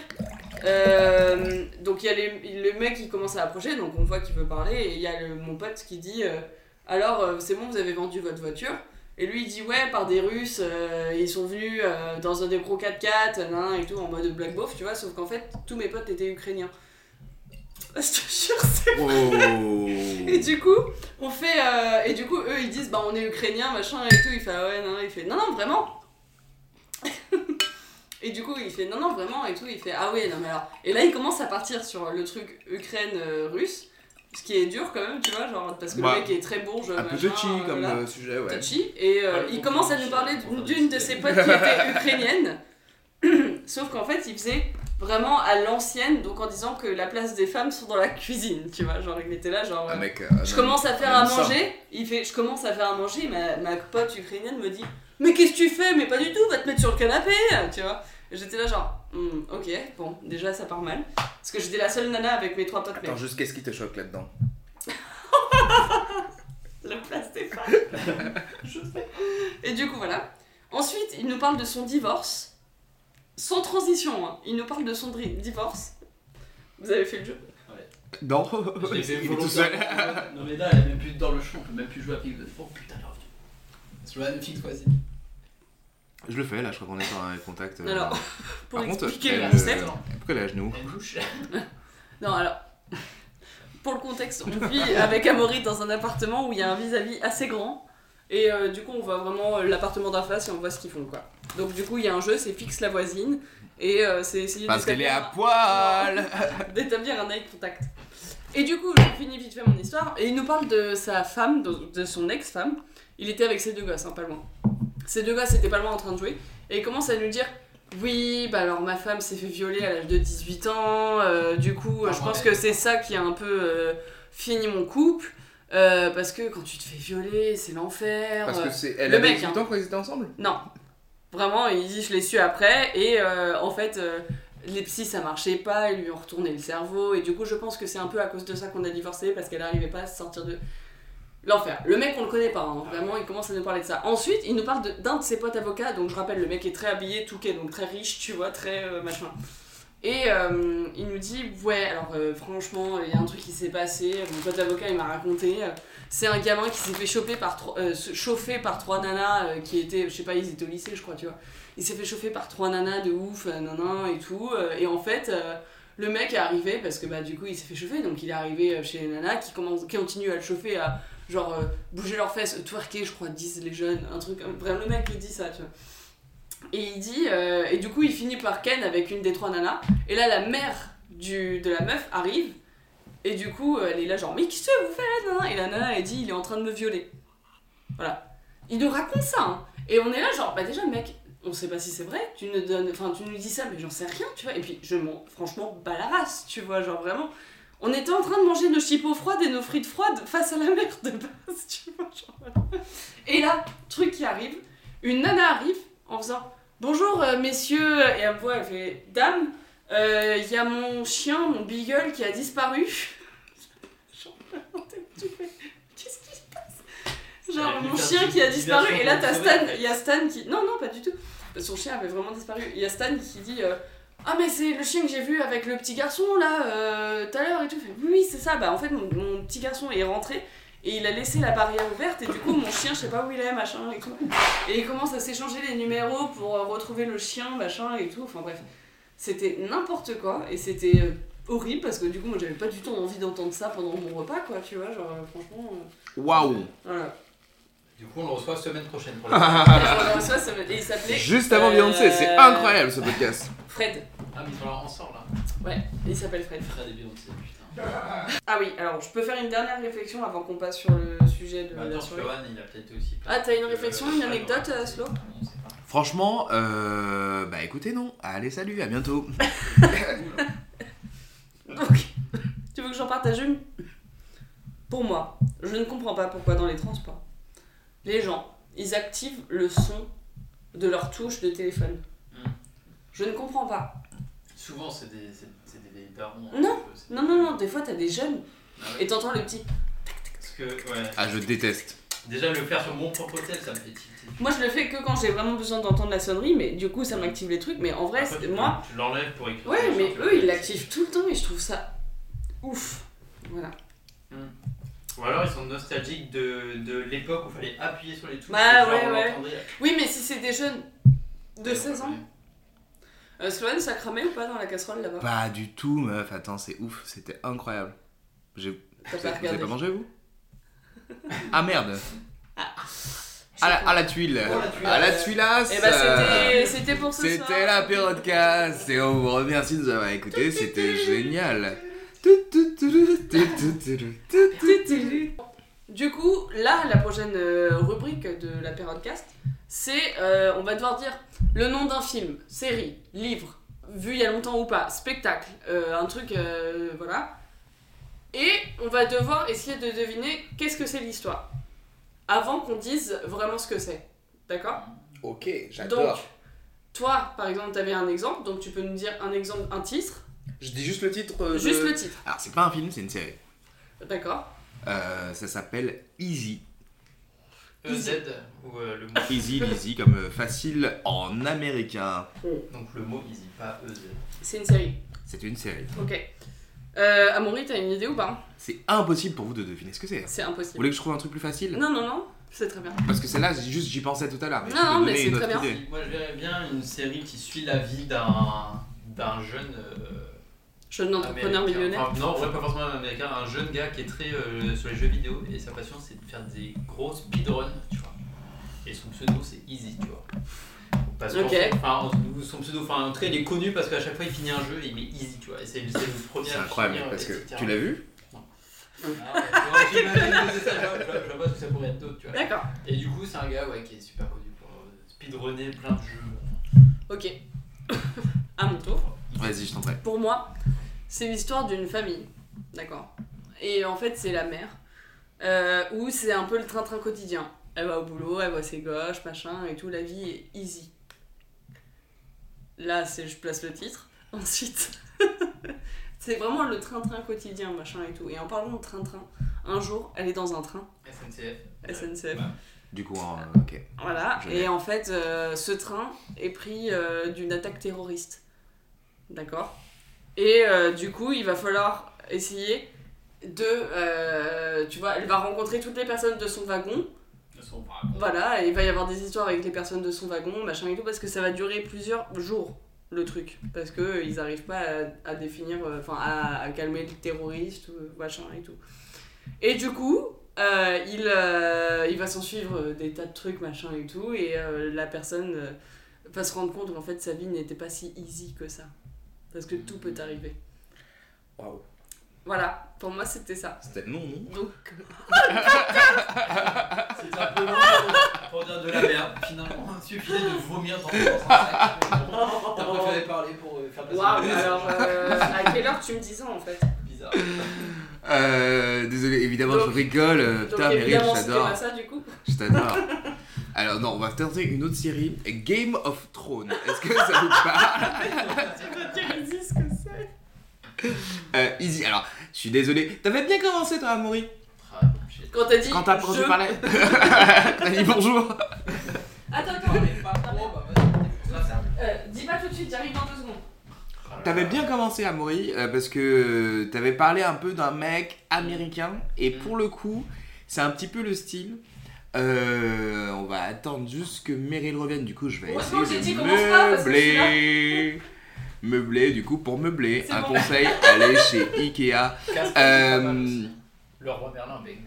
Speaker 1: euh, donc il y a les- le mec qui commence à approcher, donc on voit qu'il veut parler et il y a le- mon pote qui dit euh, alors euh, c'est bon, vous avez vendu votre voiture. Et lui, il dit ouais, par des Russes, euh, ils sont venus euh, dans un des gros 4x4 nanana, et tout, en mode Black Beauf, tu vois, sauf qu'en fait, tous mes potes étaient ukrainiens. <laughs> Je te jure, c'est-
Speaker 4: Oh.
Speaker 1: <laughs> Et du coup, on fait. euh, et du coup, eux, ils disent bah on est ukrainiens, machin et tout. Il fait ah ouais, non, il fait non, non, vraiment. <laughs> et du coup, il fait non, non, vraiment et tout. Il fait ah ouais, non, mais alors. Et là, il commence à partir sur le truc Ukraine-Russe, ce qui est dur quand même, tu vois, genre, parce que
Speaker 4: Bah,
Speaker 1: le mec est très bourge.
Speaker 4: Un peu
Speaker 1: machin,
Speaker 4: touchy
Speaker 1: euh,
Speaker 4: comme
Speaker 1: voilà
Speaker 4: euh, sujet, ouais.
Speaker 1: touchy, et euh,
Speaker 3: Pas le
Speaker 1: il
Speaker 3: bon
Speaker 1: commence à
Speaker 3: touchy,
Speaker 1: nous parler
Speaker 3: pour faire
Speaker 1: d'une de
Speaker 3: des
Speaker 1: ses
Speaker 3: petits
Speaker 1: potes
Speaker 4: <laughs>
Speaker 1: qui était ukrainienne. <clears throat> Sauf qu'en fait, il faisait vraiment à l'ancienne, donc en disant que la place des femmes sont dans la cuisine, tu vois. Genre, il était là, genre.
Speaker 4: Ah,
Speaker 1: euh,
Speaker 4: mec. euh,
Speaker 1: je
Speaker 4: non.
Speaker 1: commence à faire
Speaker 4: même
Speaker 1: à
Speaker 4: ça.
Speaker 1: manger, il fait je commence à faire à manger, ma, ma pote ukrainienne me dit Mais qu'est-ce que tu fais Mais pas du tout, va te mettre sur le canapé hein, Tu vois J'étais là, genre, Hmm, ok, bon, déjà ça part mal. Parce que j'étais la seule nana avec mes trois potes, mais
Speaker 4: Attends, juste qu'est-ce qui te choque là-dedans
Speaker 1: La place des femmes.
Speaker 2: <laughs>
Speaker 1: Je sais. Et du coup, voilà. Ensuite, il nous parle de son divorce. Sans transition, hein. il nous parle de son dri- divorce. Vous avez fait le jeu
Speaker 4: Non.
Speaker 3: Je l'ai fait
Speaker 4: <laughs> Il est tout seul.
Speaker 3: volontairement. Non mais là, elle est même plus dans le champ, on peut même plus jouer à Pixel. Oh putain, elle revient. Sur la Netflix, vas-y.
Speaker 4: Je le fais là, je crois qu'on est sur un contact. euh,
Speaker 1: Alors, Pour
Speaker 4: Par contre,
Speaker 1: expliquer le
Speaker 4: elle,
Speaker 1: concept.
Speaker 4: euh, Pourquoi elle est à genoux
Speaker 3: Elle bouche.
Speaker 1: Non, alors, <laughs> pour le contexte, on vit avec Amaury dans un appartement où il y a un vis-à-vis assez grand. Et euh, du coup, on voit vraiment euh, l'appartement d'en face et on voit ce qu'ils font, quoi. Donc, du coup, il y a un jeu, c'est fixe la voisine et euh, c'est essayer
Speaker 2: Parce qu'elle est
Speaker 1: d'établir-
Speaker 2: à poil
Speaker 1: <laughs> d'établir un eye contact. Et du coup, je finis vite fait mon histoire. Et il nous parle de sa femme, de, de son ex-femme. Il était avec ses deux gosses, hein, pas loin. Ces deux gosses étaient pas loin en train de jouer. Et il commence à nous dire Oui, bah alors ma femme s'est fait violer à l'âge de 18 ans. euh, du coup, euh, je
Speaker 3: Ouais.
Speaker 1: pense que c'est ça qui a un peu euh, fini mon couple. Euh, parce que quand tu te fais violer, c'est l'enfer.
Speaker 4: Parce
Speaker 1: euh,
Speaker 4: que c'est. Elle
Speaker 1: Le
Speaker 4: avait
Speaker 1: mec,
Speaker 4: 18
Speaker 1: hein.
Speaker 4: ans quand ils étaient ensemble
Speaker 1: non. Vraiment, il dit je l'ai su après et euh, en fait euh, les psys ça marchait pas, ils lui ont retourné le cerveau et du coup je pense que c'est un peu à cause de ça qu'on a divorcé parce qu'elle n'arrivait pas à se sortir de l'enfer. Le mec on le connaît pas, hein. vraiment il commence à nous parler de ça. Ensuite il nous parle de- d'un de, ses potes avocats, donc je rappelle le mec est très habillé, touquet, donc très riche, tu vois, très euh, machin. Et euh, il nous dit ouais alors euh, franchement il y a un truc qui s'est passé, mon pote avocat il m'a raconté. euh, c'est un gamin qui s'est fait choper par trois, euh, se- chauffer par trois nanas euh, qui étaient, je sais pas, ils étaient au lycée, je crois, tu vois. Il s'est fait chauffer par trois nanas de ouf, euh, nanan et tout. euh, et en fait, euh, le mec est arrivé parce que bah du coup il s'est fait chauffer, donc il est arrivé euh, chez les nanas qui commencent, qui continuent à le chauffer, à genre euh, bouger leurs fesses, twerker, je crois, disent les jeunes, un truc. comme- Vraiment le mec il dit ça, tu vois. Et il dit, euh, et du coup il finit par Ken avec une des trois nanas. Et là la mère du, de la meuf arrive. Et du coup, elle est là genre, mais qu'est-ce que vous faites hein Et la nana, elle dit, il est en train de me violer. Voilà. Il nous raconte ça. hein. Et on est là genre, bah déjà, mec, on sait pas si c'est vrai. Tu nous donnes, enfin, tu nous dis ça, mais j'en sais rien, tu vois. Et puis, je m'en, franchement, bats la race, tu vois, genre vraiment. On était en train de manger nos chipots froides et nos frites froides face à la mer de base, <laughs> tu vois, genre voilà. Et là, truc qui arrive, une nana arrive en faisant, bonjour euh, messieurs, et elle me voit, elle fait, dame, euh, il y a mon chien, mon beagle qui a disparu. <laughs> Genre, vraiment, t'es- tu fais, Qu'est-ce qui se passe Genre,
Speaker 3: Elle a
Speaker 1: mon
Speaker 3: dû faire
Speaker 1: chien
Speaker 3: une
Speaker 1: qui a
Speaker 3: diversion
Speaker 1: disparu. Et là,
Speaker 3: pour
Speaker 1: t'as
Speaker 3: le sauver.
Speaker 1: Stan. Il y a Stan qui. Non, non, pas du tout. Son chien avait vraiment disparu. Il y a Stan qui dit euh, Ah, mais c'est le chien que j'ai vu avec le petit garçon là, euh, tout à l'heure et tout. Il fait, oui, oui, c'est ça. Bah, en fait, mon, mon petit garçon est rentré et il a laissé la barrière ouverte. Et du coup, mon chien, je sais pas où il est, machin et tout. Et ils commencent à s'échanger les numéros pour euh, retrouver le chien, machin et tout. Enfin, bref. C'était n'importe quoi. Et c'était. euh, horrible parce que du coup moi j'avais pas du tout envie d'entendre ça pendant mon repas quoi tu vois genre euh, franchement euh,
Speaker 2: Waouh
Speaker 1: voilà
Speaker 3: Du coup, on le reçoit semaine prochaine pour la-
Speaker 1: ah. Alors, ça, ça me- et il s'appelait
Speaker 2: Ah bah. Juste avant
Speaker 1: Euh,
Speaker 2: Beyoncé, c'est incroyable ce podcast.
Speaker 1: Fred.
Speaker 3: Ah, mais ils sont là ensemble là.
Speaker 1: Ouais, il s'appelle Fred.
Speaker 3: Fred et Beyoncé, putain.
Speaker 1: Ah oui, alors je peux faire une dernière réflexion avant qu'on passe sur le sujet de
Speaker 3: Bah,
Speaker 1: la
Speaker 3: attends,
Speaker 1: soirée.
Speaker 3: Florian, il a peut-être aussi. plein
Speaker 1: Ah, t'as une
Speaker 3: de-
Speaker 1: réflexion, une
Speaker 3: Ah, non,
Speaker 1: anecdote, euh, Slo
Speaker 3: on sait pas.
Speaker 2: Franchement, euh, bah écoutez, non. Allez, salut, à bientôt.
Speaker 1: Donc, <laughs> tu veux que j'en partage une Pour moi, je ne comprends pas pourquoi dans les transports, les gens, ils activent le son de leur touche de téléphone.
Speaker 3: Hmm.
Speaker 1: Je ne comprends pas.
Speaker 3: Souvent, c'est des, c'est- c'est des vieilles darons.
Speaker 1: Non,
Speaker 3: un peu, c'est-
Speaker 1: Non, non, non, des fois t'as des jeunes
Speaker 3: Ah ouais,
Speaker 1: et t'entends le petit.
Speaker 3: Parce que, ouais.
Speaker 2: Ah, je déteste.
Speaker 3: Déjà, le faire sur mon propre tel, ça me fait tilter.
Speaker 1: Moi je le fais que quand j'ai vraiment besoin d'entendre la sonnerie, mais du coup ça m'active les trucs, mais en vrai,
Speaker 3: Après,
Speaker 1: c'est-
Speaker 3: tu-
Speaker 1: moi.
Speaker 3: Tu l'enlèves pour écrire.
Speaker 1: Ouais,
Speaker 3: sur
Speaker 1: mais
Speaker 3: le
Speaker 1: eux, ils
Speaker 3: téléphone.
Speaker 1: l'activent tout le temps et je trouve ça ouf. Voilà.
Speaker 3: Ou alors, ils sont nostalgiques de, de l'époque où il fallait appuyer sur les touches.
Speaker 1: Bah,
Speaker 3: et genre,
Speaker 1: ouais,
Speaker 3: on
Speaker 1: ouais.
Speaker 3: l'entendait.
Speaker 1: Oui, mais si c'est des jeunes de
Speaker 3: Et on
Speaker 1: 16 ans,
Speaker 3: l'entendait.
Speaker 1: euh, Sloane, ça cramait ou pas dans la casserole là-bas
Speaker 2: Pas du tout, meuf. Attends, c'est ouf. C'était incroyable. J'ai-
Speaker 1: T'as
Speaker 2: Vous
Speaker 1: pas
Speaker 2: avez- vous avez
Speaker 1: regardé
Speaker 2: pas mangé, vous Ah merde
Speaker 1: Ah.
Speaker 2: à la, à la tuile
Speaker 3: Oh, la tuile.
Speaker 2: À la tuilasse
Speaker 1: Eh bah, c'était- c'était pour ce soir.
Speaker 2: C'était la période
Speaker 1: <laughs>
Speaker 2: casse et on vous remercie de nous avoir écoutés, c'était génial. Tout, tout, tout, tout, tout, tout, tout, tout.
Speaker 1: Du coup, là, la prochaine euh, rubrique de la période cast, c'est euh, on va devoir dire le nom d'un film, série, livre, vu il y a longtemps ou pas, spectacle, euh, un truc, euh, voilà. Et on va devoir essayer de deviner qu'est-ce que c'est l'histoire, avant qu'on dise vraiment ce que c'est. D'accord
Speaker 4: Ok,
Speaker 1: Donc,
Speaker 4: j'adore.
Speaker 1: toi, par exemple, t'avais un exemple, donc tu peux nous dire un exemple, un titre,
Speaker 4: Je dis juste le titre. euh,
Speaker 1: juste
Speaker 4: de-
Speaker 1: le titre.
Speaker 2: Alors c'est pas un film, c'est une série.
Speaker 1: D'accord
Speaker 2: Euh, ça s'appelle Easy.
Speaker 3: EZ, E ou euh, le mot.
Speaker 2: Easy, easy comme euh, facile en américain.
Speaker 3: Donc, le mot easy, pas E EZ.
Speaker 1: C'est une série.
Speaker 2: C'est une série.
Speaker 1: Ok. Euh, Amaury, t'as une idée ou pas
Speaker 2: C'est impossible pour vous de deviner ce que c'est. hein. Vous
Speaker 1: C'est impossible.
Speaker 2: voulez que je trouve un truc plus facile
Speaker 1: Non, non, non, c'est très bien.
Speaker 2: Parce que celle-là, j'ai- juste j'y pensais tout à l'heure.
Speaker 1: Non,
Speaker 2: je peux
Speaker 1: non, mais
Speaker 2: vous donner
Speaker 1: c'est
Speaker 2: une
Speaker 1: très
Speaker 2: autre
Speaker 1: bien.
Speaker 2: idée.
Speaker 3: Moi, je verrais bien une série qui suit la vie d'un d'un jeune. euh,
Speaker 1: Jeune entrepreneur
Speaker 3: Américain.
Speaker 1: millionnaire.
Speaker 3: Enfin, non, ouais, pas forcément un américain, un jeune gars qui est très euh, sur les jeux vidéo et sa passion c'est de faire des gros speedruns, tu vois. Et son pseudo, c'est Easy, tu vois. Parce qu'en
Speaker 1: Ok.
Speaker 3: fait, enfin, on- son pseudo, enfin, en tout cas, il est connu parce qu'à chaque fois, il finit un jeu et il met Easy, tu vois. Et c'est c'est le premier.
Speaker 2: C'est
Speaker 3: à
Speaker 2: incroyable,
Speaker 3: finir,
Speaker 2: parce que
Speaker 3: etc.
Speaker 2: tu l'as vu
Speaker 3: Ah, ouais, ouais, j'imagine que c'est ça, je vois- je vois- je vois pas ce que ça pourrait être d'autre, tu vois.
Speaker 1: D'accord.
Speaker 3: Et du coup, c'est un gars ouais, qui est super connu pour euh, speedrunner plein de jeux.
Speaker 1: Ok. <laughs> à mon tour.
Speaker 2: Vas-y, je t'en prie.
Speaker 1: Pour moi, c'est l'histoire d'une famille. D'accord. Et en fait, c'est la mère. euh, où c'est un peu le train-train quotidien. Elle va au boulot, elle voit ses gauches, machin, et tout. La vie est easy. Là, c'est je place le titre. <laughs> Ensuite, c'est vraiment le train-train quotidien, machin et tout. Et en parlant de train-train, un jour, elle est dans un train,
Speaker 3: SNCF.
Speaker 1: SNCF.
Speaker 3: Bah,
Speaker 2: Du coup, euh, ok.
Speaker 1: Voilà,
Speaker 2: Je l'ai.
Speaker 1: et en fait, euh, ce train est pris euh, d'une attaque terroriste. D'accord Et euh, du coup, il va falloir essayer de. euh, tu vois, elle va rencontrer toutes les personnes de son wagon.
Speaker 3: Ils sont vraiment-
Speaker 1: Voilà, et il va y avoir des histoires avec les personnes de son wagon, machin et tout, parce que ça va durer plusieurs jours, le truc. Parce qu'ils n'arrivent pas à, à définir, euh, enfin, à, à calmer le terroriste, ou euh, machin et tout. Et du coup, euh, il, euh, il va s'en suivre euh, des tas de trucs, machin et tout, et euh, la personne euh, va se rendre compte qu'en fait sa vie n'était pas si easy que ça. Parce que tout peut arriver.
Speaker 4: Waouh.
Speaker 1: Voilà, pour moi c'était ça.
Speaker 4: C'était non, non.
Speaker 1: Donc,
Speaker 3: C'était un peu long pour- pour dire de la merde. Finalement, il suffisait de vomir dans dans un sac. mais bon, T'as préféré parler pour euh, faire passer
Speaker 1: waouh,
Speaker 3: <laughs> le message.
Speaker 1: alors euh, à quelle heure tu me dis ça en fait
Speaker 3: Bizarre.
Speaker 2: Euh, désolé, évidemment,
Speaker 1: Donc-
Speaker 2: je rigole. euh,
Speaker 1: Donc
Speaker 2: putain, mais Rip,
Speaker 1: évidemment
Speaker 2: je
Speaker 1: c'était pas
Speaker 2: t'adore.
Speaker 1: ça du coup.
Speaker 2: Je t'adore. <laughs> Alors, non, on va tenter une autre série. Game of Thrones. Est-ce que ça vous parle <laughs>
Speaker 1: ce que c'est
Speaker 2: Euh, Easy. Alors, je suis désolé. T'avais bien commencé, toi, Amaury.
Speaker 3: Ah, shit.
Speaker 1: Quand t'as dit.
Speaker 2: Quand t'as quand
Speaker 1: je... <laughs>
Speaker 2: tu parlais. <laughs> T'as dit bonjour.
Speaker 1: Attends, attends,
Speaker 3: Parlez pas trop, bah vas-y. Ça, ça-
Speaker 1: euh, dis pas tout de suite, j'arrive dans deux secondes.
Speaker 2: T'avais bien commencé, Amaury, euh, parce que t'avais parlé un peu d'un mec américain. Et
Speaker 1: Mm.
Speaker 2: pour le coup, c'est un petit peu le style. Euh, on va attendre juste que Meryl revienne. Du coup, je vais
Speaker 1: Heureusement
Speaker 2: essayer
Speaker 1: que j'ai dit
Speaker 2: de
Speaker 1: commence pas, parce que je suis là.
Speaker 2: meubler. <laughs> Meubler, du coup, pour meubler.
Speaker 1: C'est
Speaker 2: Un
Speaker 1: bon. <laughs>
Speaker 2: conseil, allez chez Ikea.
Speaker 3: Casper, c'est pas mal aussi. Le roi Merlin, banger.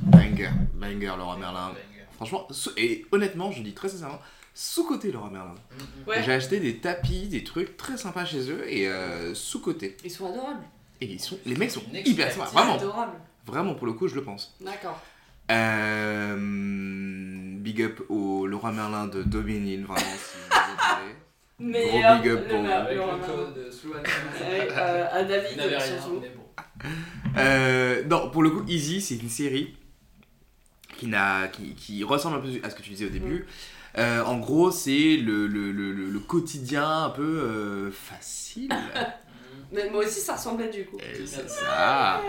Speaker 2: Banger, banger, Laura Merlin. Franchement, sous- et honnêtement, je dis très sincèrement, sous-côté Laura Merlin.
Speaker 3: Mm,
Speaker 1: Ouais.
Speaker 2: J'ai acheté des tapis, des trucs très sympas chez eux et euh, sous-côté.
Speaker 1: Ils sont adorables.
Speaker 2: Et ils sont, les mecs sont
Speaker 3: Une
Speaker 2: hyper
Speaker 3: expertise
Speaker 2: sympas, vraiment.
Speaker 1: Adorables.
Speaker 2: Vraiment, pour le coup, je le pense.
Speaker 1: D'accord.
Speaker 2: Euh, big up au Laura Merlin de Dominil, vraiment, si vous entendez.
Speaker 1: Mais
Speaker 2: Gros big
Speaker 1: euh,
Speaker 2: up
Speaker 1: le
Speaker 2: pour
Speaker 1: ma-
Speaker 3: Avec
Speaker 1: le
Speaker 3: le
Speaker 1: Romain.
Speaker 3: code Sloan.
Speaker 1: Ouais, euh, à
Speaker 3: Vous
Speaker 1: David
Speaker 3: n'avez
Speaker 1: euh,
Speaker 3: rien,
Speaker 1: surtout.
Speaker 3: mais bon.
Speaker 2: Euh, non, pour le coup, Easy, c'est une série qui, n'a, qui, qui ressemble un peu à ce que tu disais au début. Euh, en gros, c'est le, le, le, le- le quotidien un peu euh, facile.
Speaker 1: Mais moi aussi ça ressemblait du coup.
Speaker 2: Euh, c'est ça.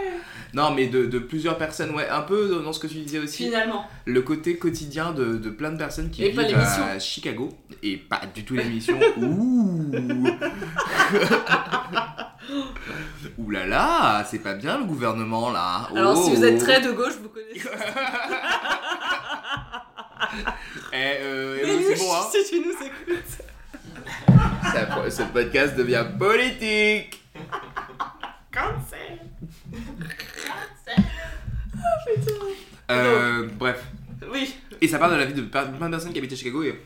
Speaker 2: Non, mais de, de plusieurs personnes, ouais, un peu dans ce que tu disais aussi.
Speaker 1: Finalement.
Speaker 2: Le côté quotidien de, de plein de personnes qui
Speaker 1: Et pas
Speaker 2: vivent
Speaker 1: l'émission.
Speaker 2: à Chicago. Et pas du tout l'émission.
Speaker 1: <laughs>
Speaker 2: Ouh Ouh là là, c'est pas bien le gouvernement là.
Speaker 1: Alors si vous êtes
Speaker 2: Oh.
Speaker 1: très de gauche, vous connaissez.
Speaker 2: Eh, euh, eh,
Speaker 1: Mais
Speaker 2: oui,
Speaker 1: nous,
Speaker 2: c'est bon, hein.
Speaker 1: si tu nous écoutes.
Speaker 2: Ça- ce podcast devient politique. Euh, bref.
Speaker 1: Oui.
Speaker 2: Et ça parle de la vie de par- plein de personnes qui habitaient Chicago. Et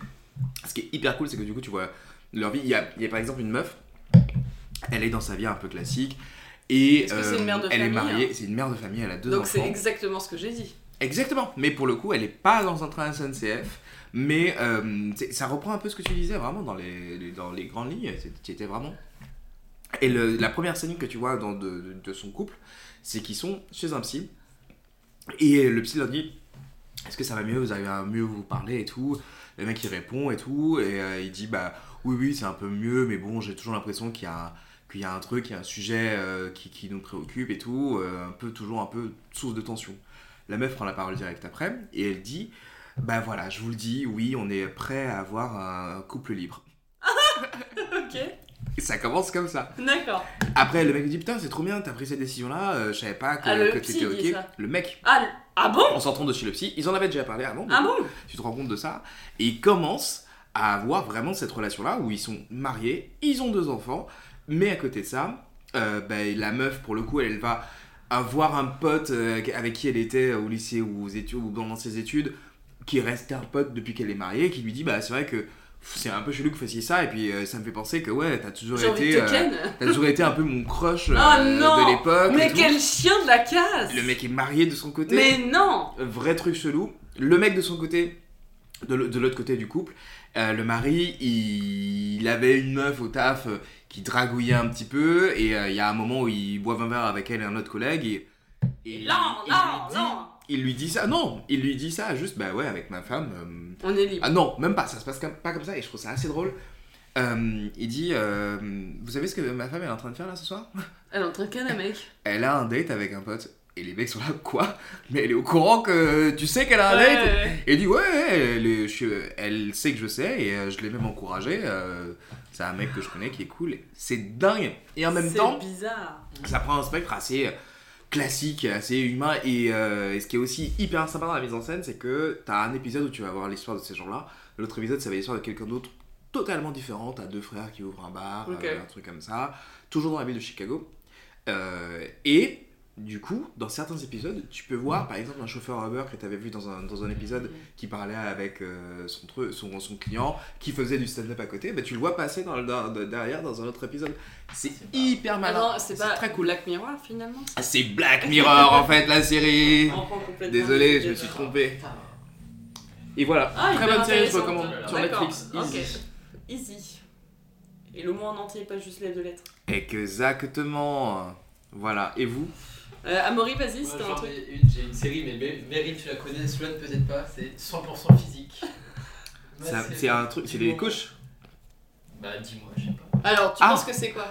Speaker 2: ce qui est hyper cool, c'est que du coup, tu vois leur vie. Il y a, il y a par exemple une meuf. Elle est dans sa vie un peu classique. Et euh,
Speaker 1: Est-ce que c'est une mère de
Speaker 2: elle est
Speaker 1: famille, hein.
Speaker 2: mariée. C'est une mère de famille. Elle a deux
Speaker 1: Donc c'est
Speaker 2: enfants.
Speaker 1: exactement ce que j'ai dit.
Speaker 2: Exactement. Mais pour le coup, elle n'est pas dans un train SNCF. Mais euh, c'est- ça reprend un peu ce que tu disais vraiment dans les, les- dans les grandes lignes. C'est- Tu étais vraiment. Et le- la première scène que tu vois dans, de, de- de son couple, c'est qu'ils sont chez un psy. Et le psy leur dit Est-ce que ça va mieux Vous arrivez à mieux vous parler et tout Le mec il répond et tout. Et euh, il dit Bah oui, oui, c'est un peu mieux, mais bon, j'ai toujours l'impression qu'il y a un- qu'il y a un truc, il y a un sujet euh, qui, qui nous préoccupe et tout, euh, un peu toujours un peu source de tension. La meuf prend la parole directe après et elle dit Bah voilà, je vous le dis, oui, on est prêt à avoir un couple libre.
Speaker 1: <laughs> Ok.
Speaker 2: Et ça commence comme ça.
Speaker 1: D'accord.
Speaker 2: Après, le mec lui dit Putain, c'est trop bien, t'as pris cette décision-là, euh, je savais pas que,
Speaker 1: Ah, le
Speaker 2: que
Speaker 1: psy
Speaker 2: t'étais
Speaker 1: dit
Speaker 2: ok.
Speaker 1: ça.
Speaker 2: Le mec,
Speaker 1: Ah, l- ah bon
Speaker 2: en sortant de chez le psy, ils en avaient déjà parlé avant.
Speaker 1: Ah bon
Speaker 2: tu te rends compte de ça Et ils commencent à avoir vraiment cette relation-là où ils sont mariés, ils ont deux enfants, mais à côté de ça, euh, ben, la meuf, pour le coup, elle, elle va avoir un pote euh, avec qui elle était au lycée ou, aux études, ou pendant ses études qui reste un pote depuis qu'elle est mariée, qui lui dit Bah, c'est vrai que pff, c'est un peu chelou que vous fassiez ça, et puis euh, ça me fait penser que ouais, t'as toujours
Speaker 1: J'ai envie
Speaker 2: été.
Speaker 1: de te
Speaker 2: euh,
Speaker 1: ken.
Speaker 2: T'as toujours été un peu mon crush euh,
Speaker 1: Ah non
Speaker 2: de l'époque. et
Speaker 1: Mais
Speaker 2: tout.
Speaker 1: quel chien de la casse
Speaker 2: Le mec est marié de son côté.
Speaker 1: Mais non
Speaker 2: Euh, Vrai truc chelou. Le mec de son côté, de l- de l'autre côté du couple, euh, le mari, il... il avait une meuf au taf euh, qui dragouillait un petit peu. Et euh, il y a un moment où il boit un verre avec elle et un autre collègue. Et, et
Speaker 1: Non,
Speaker 2: il-
Speaker 1: non,
Speaker 2: il
Speaker 1: non
Speaker 2: lui dit- Il lui dit ça. Non, il lui dit ça juste, bah ouais, avec ma femme. euh,
Speaker 1: On est libre.
Speaker 2: ah non, même pas, ça se passe comme- pas comme ça et je trouve ça assez drôle. Euh, il dit euh, Vous savez ce que ma femme elle est en train de faire là ce soir
Speaker 1: Elle est en train de ken un Ah, mec.
Speaker 2: Elle a un date avec un pote. Et les mecs sont là, quoi Mais elle est au courant que tu sais qu'elle a un date Et Ah, il dit Ouais, elle, est- je suis- elle sait que je sais et euh, je l'ai même encouragé. euh, c'est un mec que je connais qui est cool. C'est dingue Et en même
Speaker 1: C'est
Speaker 2: temps,
Speaker 1: bizarre.
Speaker 2: ça prend un spectre assez euh, classique, assez humain. Et, euh, et ce qui est aussi hyper sympa dans la mise en scène, c'est que t'as un épisode où tu vas voir l'histoire de ces gens-là, l'autre épisode, ça va être l'histoire de quelqu'un d'autre totalement différent. T'as deux frères qui ouvrent un bar,
Speaker 1: Ok.
Speaker 2: euh, un truc comme ça, toujours dans la ville de Chicago. Euh, et. Du coup, dans certains épisodes, tu peux
Speaker 1: Mm.
Speaker 2: voir par exemple un chauffeur Uber que tu avais vu dans un, dans un épisode
Speaker 1: Ah,
Speaker 2: qui parlait avec euh, son, tru- son, son client, qui faisait du stand-up à côté, bah, tu le vois passer dans, le- dans- de- derrière dans un autre épisode. C'est
Speaker 3: C'est pas-
Speaker 2: hyper
Speaker 1: Ah
Speaker 2: malin.
Speaker 1: non, c'est pas
Speaker 2: très cool.
Speaker 1: Black Mirror finalement
Speaker 2: Ah, C'est Black Mirror en fait la série.
Speaker 1: On prend complètement
Speaker 2: Désolé,
Speaker 1: l'idée
Speaker 2: je me
Speaker 1: de-
Speaker 2: suis trompé. Et voilà,
Speaker 1: Ah,
Speaker 2: très
Speaker 1: hyper
Speaker 2: bonne série, je
Speaker 1: intéressante.
Speaker 2: recommande sur
Speaker 1: D'accord,
Speaker 2: Netflix.
Speaker 1: ok.
Speaker 2: Easy.
Speaker 1: Easy. Et le mot en entier, pas juste les deux lettres.
Speaker 2: Exactement. Voilà, et vous
Speaker 1: Euh, Amaury, vas-y,
Speaker 3: Moi,
Speaker 1: c'était un
Speaker 3: j'en
Speaker 1: truc.
Speaker 3: ai une, j'ai une série, mais Mé- Meryl, tu la connais, Sloane peut-être pas, c'est 100% physique. Ma
Speaker 2: Ça-
Speaker 3: série.
Speaker 2: C'est un truc, c'est des
Speaker 3: Dis-moi.
Speaker 2: couches
Speaker 3: Bah, dis-moi, je sais pas.
Speaker 1: Alors, tu
Speaker 2: Ah.
Speaker 1: penses que c'est quoi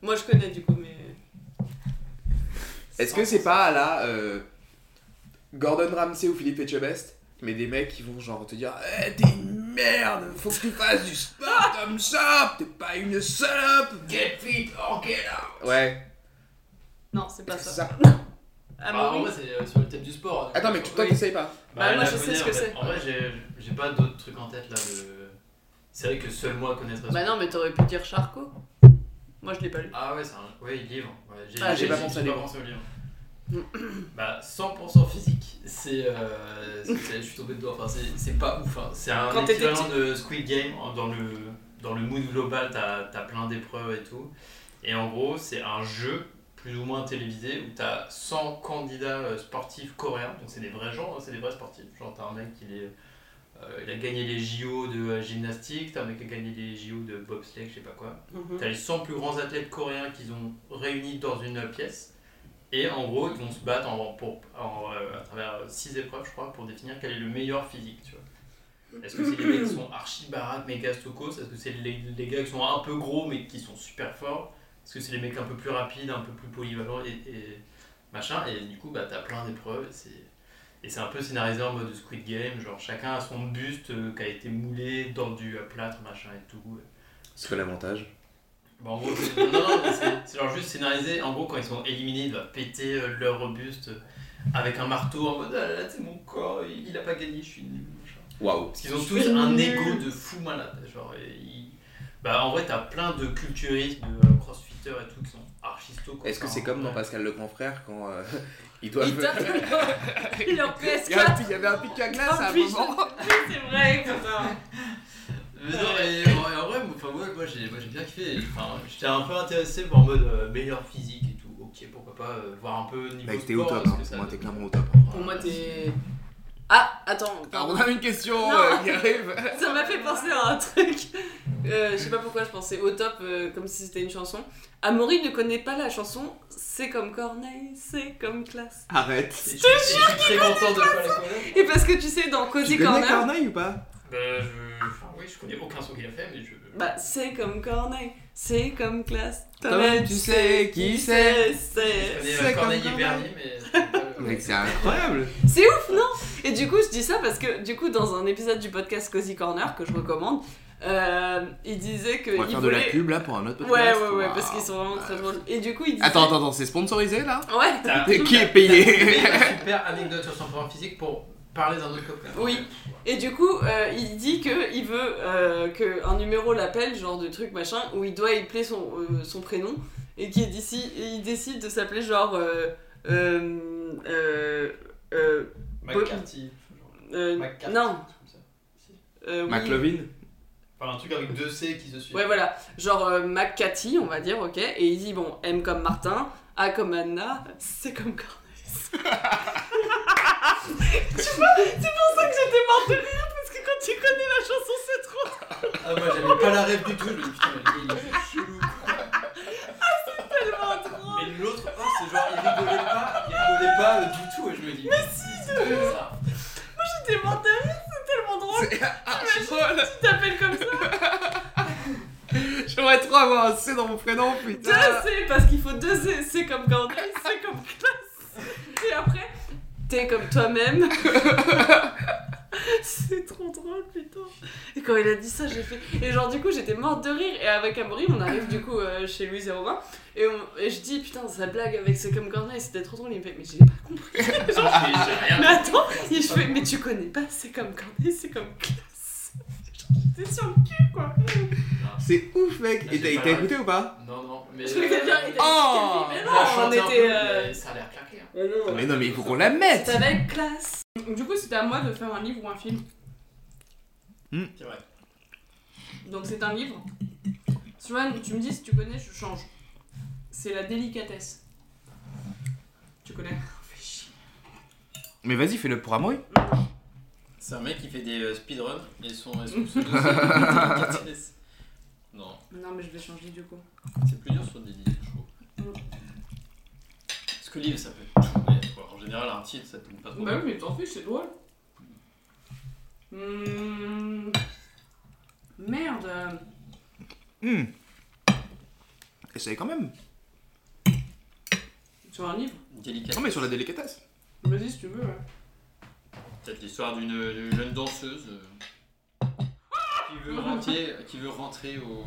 Speaker 1: Moi, je connais du coup, mais.
Speaker 2: Est-ce que c'est pas là euh, Gordon Ramsay ou Philippe Etchebest mais des mecs qui vont genre te dire Eh, t'es une merde, faut que tu fasses du sport comme ça, t'es pas une salope, get fit or get out. Ouais,
Speaker 1: Non, c'est pas
Speaker 2: c'est
Speaker 1: ça.
Speaker 2: ça.
Speaker 3: Bah, en
Speaker 1: Amaury
Speaker 3: vrai, c'est euh, sur le thème du sport. donc,
Speaker 2: Attends, mais
Speaker 3: euh,
Speaker 2: tu- toi
Speaker 3: oui.
Speaker 2: t'essayes pas
Speaker 1: Bah, moi,
Speaker 3: la
Speaker 1: je sais
Speaker 3: connais,
Speaker 1: ce
Speaker 3: en
Speaker 1: que
Speaker 3: fait.
Speaker 1: c'est.
Speaker 3: En vrai, j'ai j'ai pas d'autres trucs en tête là. De... C'est vrai que seul moi connaîtrais ça.
Speaker 1: Bah, non, mais t'aurais pu dire Charcot. Moi, je l'ai pas lu.
Speaker 3: Ah ouais, c'est un ouais, livre. Ouais,
Speaker 1: Ah, j'ai pas
Speaker 2: pensé au
Speaker 3: j'ai
Speaker 2: livre.
Speaker 3: au livre. bah, 100% physique. C'est. euh, c'est- c'est- je suis tombé dedans. Enfin, c'est- c'est pas ouf. hein. C'est un
Speaker 1: Quand t'étais
Speaker 3: équivalent de Squid Game. en- Dans le, dans le mood global, t'as as plein d'épreuves et tout. Et en gros, c'est un jeu plus ou moins télévisé où t'as 100 candidats euh, sportifs coréens. Donc, c'est des vrais gens, hein, c'est des vrais sportifs. Genre, t'as un mec qui est. euh, il a gagné les JO de euh, gymnastique, t'as un mec qui a gagné les JO de bobsleigh, je sais pas quoi.
Speaker 1: Mhm.
Speaker 3: T'as les 100 plus grands athlètes coréens qu'ils ont réunis dans une pièce. Et en gros, ils vont se battre en, pour, en, euh, à travers 6 épreuves, je crois, pour définir quel est le meilleur physique, tu vois. Est-ce que c'est les mecs qui sont archi baraques, méga stocos Est-ce que c'est les, les gars qui sont un peu gros mais qui sont super forts Est-ce que c'est les mecs un peu plus rapides, un peu plus polyvalents et, et machin Et du coup, bah, t'as plein d'épreuves. et c'est- Et c'est un peu scénarisé en mode Squid Game, genre chacun a son buste euh, qui a été moulé dans du euh, plâtre, machin et tout.
Speaker 4: Ce que l'avantage.
Speaker 3: Bah, en gros, c'est- non, non, mais c'est- c'est genre juste scénarisé. En gros, quand ils sont éliminés, il va péter euh, leur robuste avec un marteau en mode Ah là là, c'est mon corps, il, il a pas gagné, je suis nul. machin.
Speaker 4: Waouh.
Speaker 3: Parce qu'ils ont
Speaker 1: Je
Speaker 3: tous
Speaker 1: suis
Speaker 3: un
Speaker 1: nul.
Speaker 3: ego de fou malade. Genre, et ils- bah, en vrai, t'as plein de culturistes, de euh, crossfitters et tout qui sont archistaux.
Speaker 4: Est-ce que c'est comme dans Pascal le grand frère quand
Speaker 2: <laughs>
Speaker 4: euh, il doit.
Speaker 1: Il tape <laughs> Il est en
Speaker 2: Il y a un
Speaker 1: PS4
Speaker 2: pic- il y avait un pic à glace à un
Speaker 1: puis je- <laughs>
Speaker 2: moment
Speaker 1: C'est vrai, putain
Speaker 3: Mais non, mais en, en vrai, moi, enfin, ouais, moi j'ai moi, j'ai bien kiffé. Enfin, J'étais un peu intéressé pour en mode euh, meilleur physique et tout. Ok, pourquoi pas euh, voir un peu niveau.
Speaker 2: Mec, t'es au
Speaker 3: sport,
Speaker 2: top,
Speaker 3: parce
Speaker 2: hein.
Speaker 3: que
Speaker 2: pour
Speaker 3: ça-
Speaker 2: moi t'es clairement au top.
Speaker 1: Pour moi, t'es. Ah, attends,
Speaker 2: Alors,
Speaker 1: pardon.
Speaker 2: on a une question
Speaker 1: Non.
Speaker 2: euh, qui arrive.
Speaker 1: <laughs> Ça m'a fait penser à un truc. Euh, je sais pas pourquoi je pensais au top euh, comme si c'était une chanson. Amaury ne connaît pas la chanson C'est comme Corneille, c'est comme classe.
Speaker 2: Arrête.
Speaker 3: Je suis très content de Bah, faire la soirée.
Speaker 1: Et parce que tu sais, dans Cozy
Speaker 2: Tu connais
Speaker 1: Corner,
Speaker 2: Corneille ou pas
Speaker 3: Bah, je. Enfin, oui, je connais aucun son qu'il a fait, mais je.
Speaker 1: bah c'est comme Corneille, c'est comme classe.
Speaker 2: Toi-même, tu sais qui c'est.
Speaker 3: je
Speaker 1: c'est.
Speaker 3: connais
Speaker 2: c'est
Speaker 3: euh, Corneille
Speaker 2: comme
Speaker 3: et Bernie, mais. c'est pas le-
Speaker 2: Mec, c'est incroyable.
Speaker 1: C'est ouf, non Et du coup, je dis ça parce que, du coup, dans un épisode du podcast Cozy Corner que je recommande, euh, il disait que.
Speaker 2: On va
Speaker 1: il
Speaker 2: faire de
Speaker 1: voulait-
Speaker 2: la pub là pour un autre
Speaker 1: Ouais,
Speaker 2: podcast.
Speaker 1: ouais, ouais,
Speaker 2: Waouh.
Speaker 1: parce qu'ils sont vraiment très drôles. Et du coup, il disait.
Speaker 2: Attends, attends, attends, c'est sponsorisé là
Speaker 1: Ouais,
Speaker 3: T'as-
Speaker 2: Et Qui est <laughs>
Speaker 3: t'as
Speaker 2: payé
Speaker 3: trouvé une super anecdote sur son plan physique pour parler d'un autre copain.
Speaker 1: Oui. Et du coup, euh, il dit que il veut euh, que un numéro l'appelle, genre de truc machin, où il doit appeler son, euh, son prénom et qu'il décide, il décide de s'appeler genre euh, euh, euh, euh,
Speaker 3: McCarthy.
Speaker 1: euh,
Speaker 3: McCart-
Speaker 1: non.
Speaker 3: comme ça.
Speaker 1: euh, oui.
Speaker 2: McLovin
Speaker 3: Enfin, un truc avec deux C qui se suivent.
Speaker 1: Ouais, voilà. Genre euh, McCarthy, on va dire, ok. Et il dit, bon, M comme Martin, A comme Anna, C comme Cornelis. tu vois, c'est pour ça que j'étais morte de rire, parce que quand tu connais la chanson, c'est trop.
Speaker 3: Ah, moi j'avais pas la rêve du tout. Je me dis, putain, mais le gars, il est chelou.
Speaker 1: tellement drôle.
Speaker 3: Mais l'autre, oh, c'est genre, il rigolait pas, il rigolait pas euh, du tout. Et je me dis, mais si, c'est ça.
Speaker 1: J'étais morte de rire, c'est tellement drôle.
Speaker 2: Ah,
Speaker 1: Tu t'appelles comme ça.
Speaker 2: J'aimerais trop avoir un C dans mon prénom, putain
Speaker 1: Deux C, parce qu'il faut deux C. C comme Cornelis, C comme classe. Et après, T comme toi-même. C'est trop drôle, putain. Et quand il a dit ça, j'ai fait. Et genre, du coup, j'étais morte de rire. Et avec Amaury, on arrive du coup euh, chez Louise et Romain. Et, on- et je dis, putain, sa blague avec C comme Cornelis, c'était trop drôle. Il me fait, mais j'ai pas compris.
Speaker 3: Genre, j'ai j'ai rien
Speaker 1: Mais attends, et je fais, mais tu connais pas, c'est comme Cornelis, c'est comme classe. Genre, J'étais sur le cul, quoi.
Speaker 2: C'est ouf, mec
Speaker 3: Ah,
Speaker 2: Et
Speaker 3: j'ai
Speaker 2: t'as
Speaker 3: pas
Speaker 2: t'as
Speaker 3: la-
Speaker 2: écouté ou pas
Speaker 3: Non, non, mais. euh,
Speaker 1: Je voulais dire, il a dit,
Speaker 2: Oh,
Speaker 1: mais
Speaker 3: Il
Speaker 1: non,
Speaker 3: a chanté
Speaker 1: on
Speaker 3: un
Speaker 1: était.
Speaker 3: peu,
Speaker 1: euh,
Speaker 3: mais Ça a l'air claqué. hein.
Speaker 2: Mais non, mais il faut qu'on la mette
Speaker 1: C'est avec classe. Du coup, c'était à moi de faire un livre ou un film.
Speaker 3: C'est vrai.
Speaker 1: Donc, c'est un livre. Swan, tu me dis si tu connais, je change. C'est La délicatesse. Tu connais Fais chier.
Speaker 2: Mais vas-y, fais-le pour Amoy
Speaker 3: C'est un mec qui fait des euh, speedruns et son et <laughs> son pseudo, c'est délicatesse. Non,
Speaker 1: Non, mais je vais changer du coup.
Speaker 3: c'est plus dur sur des livres, je trouve.
Speaker 1: Mm.
Speaker 3: Parce que livre, ça peut tout être, quoi. En général, un titre, ça tourne pas trop.
Speaker 1: Bah oui, mais t'en fiches, c'est drôle. Hmm. Merde.
Speaker 2: Hmm. Essaye quand même
Speaker 1: Sur un livre
Speaker 3: Délicat.
Speaker 2: Non, mais sur la délicatesse
Speaker 1: Vas-y si tu veux. ouais.
Speaker 3: Peut-être l'histoire d'une d'une jeune danseuse euh, qui, veut rentrer, qui veut rentrer au,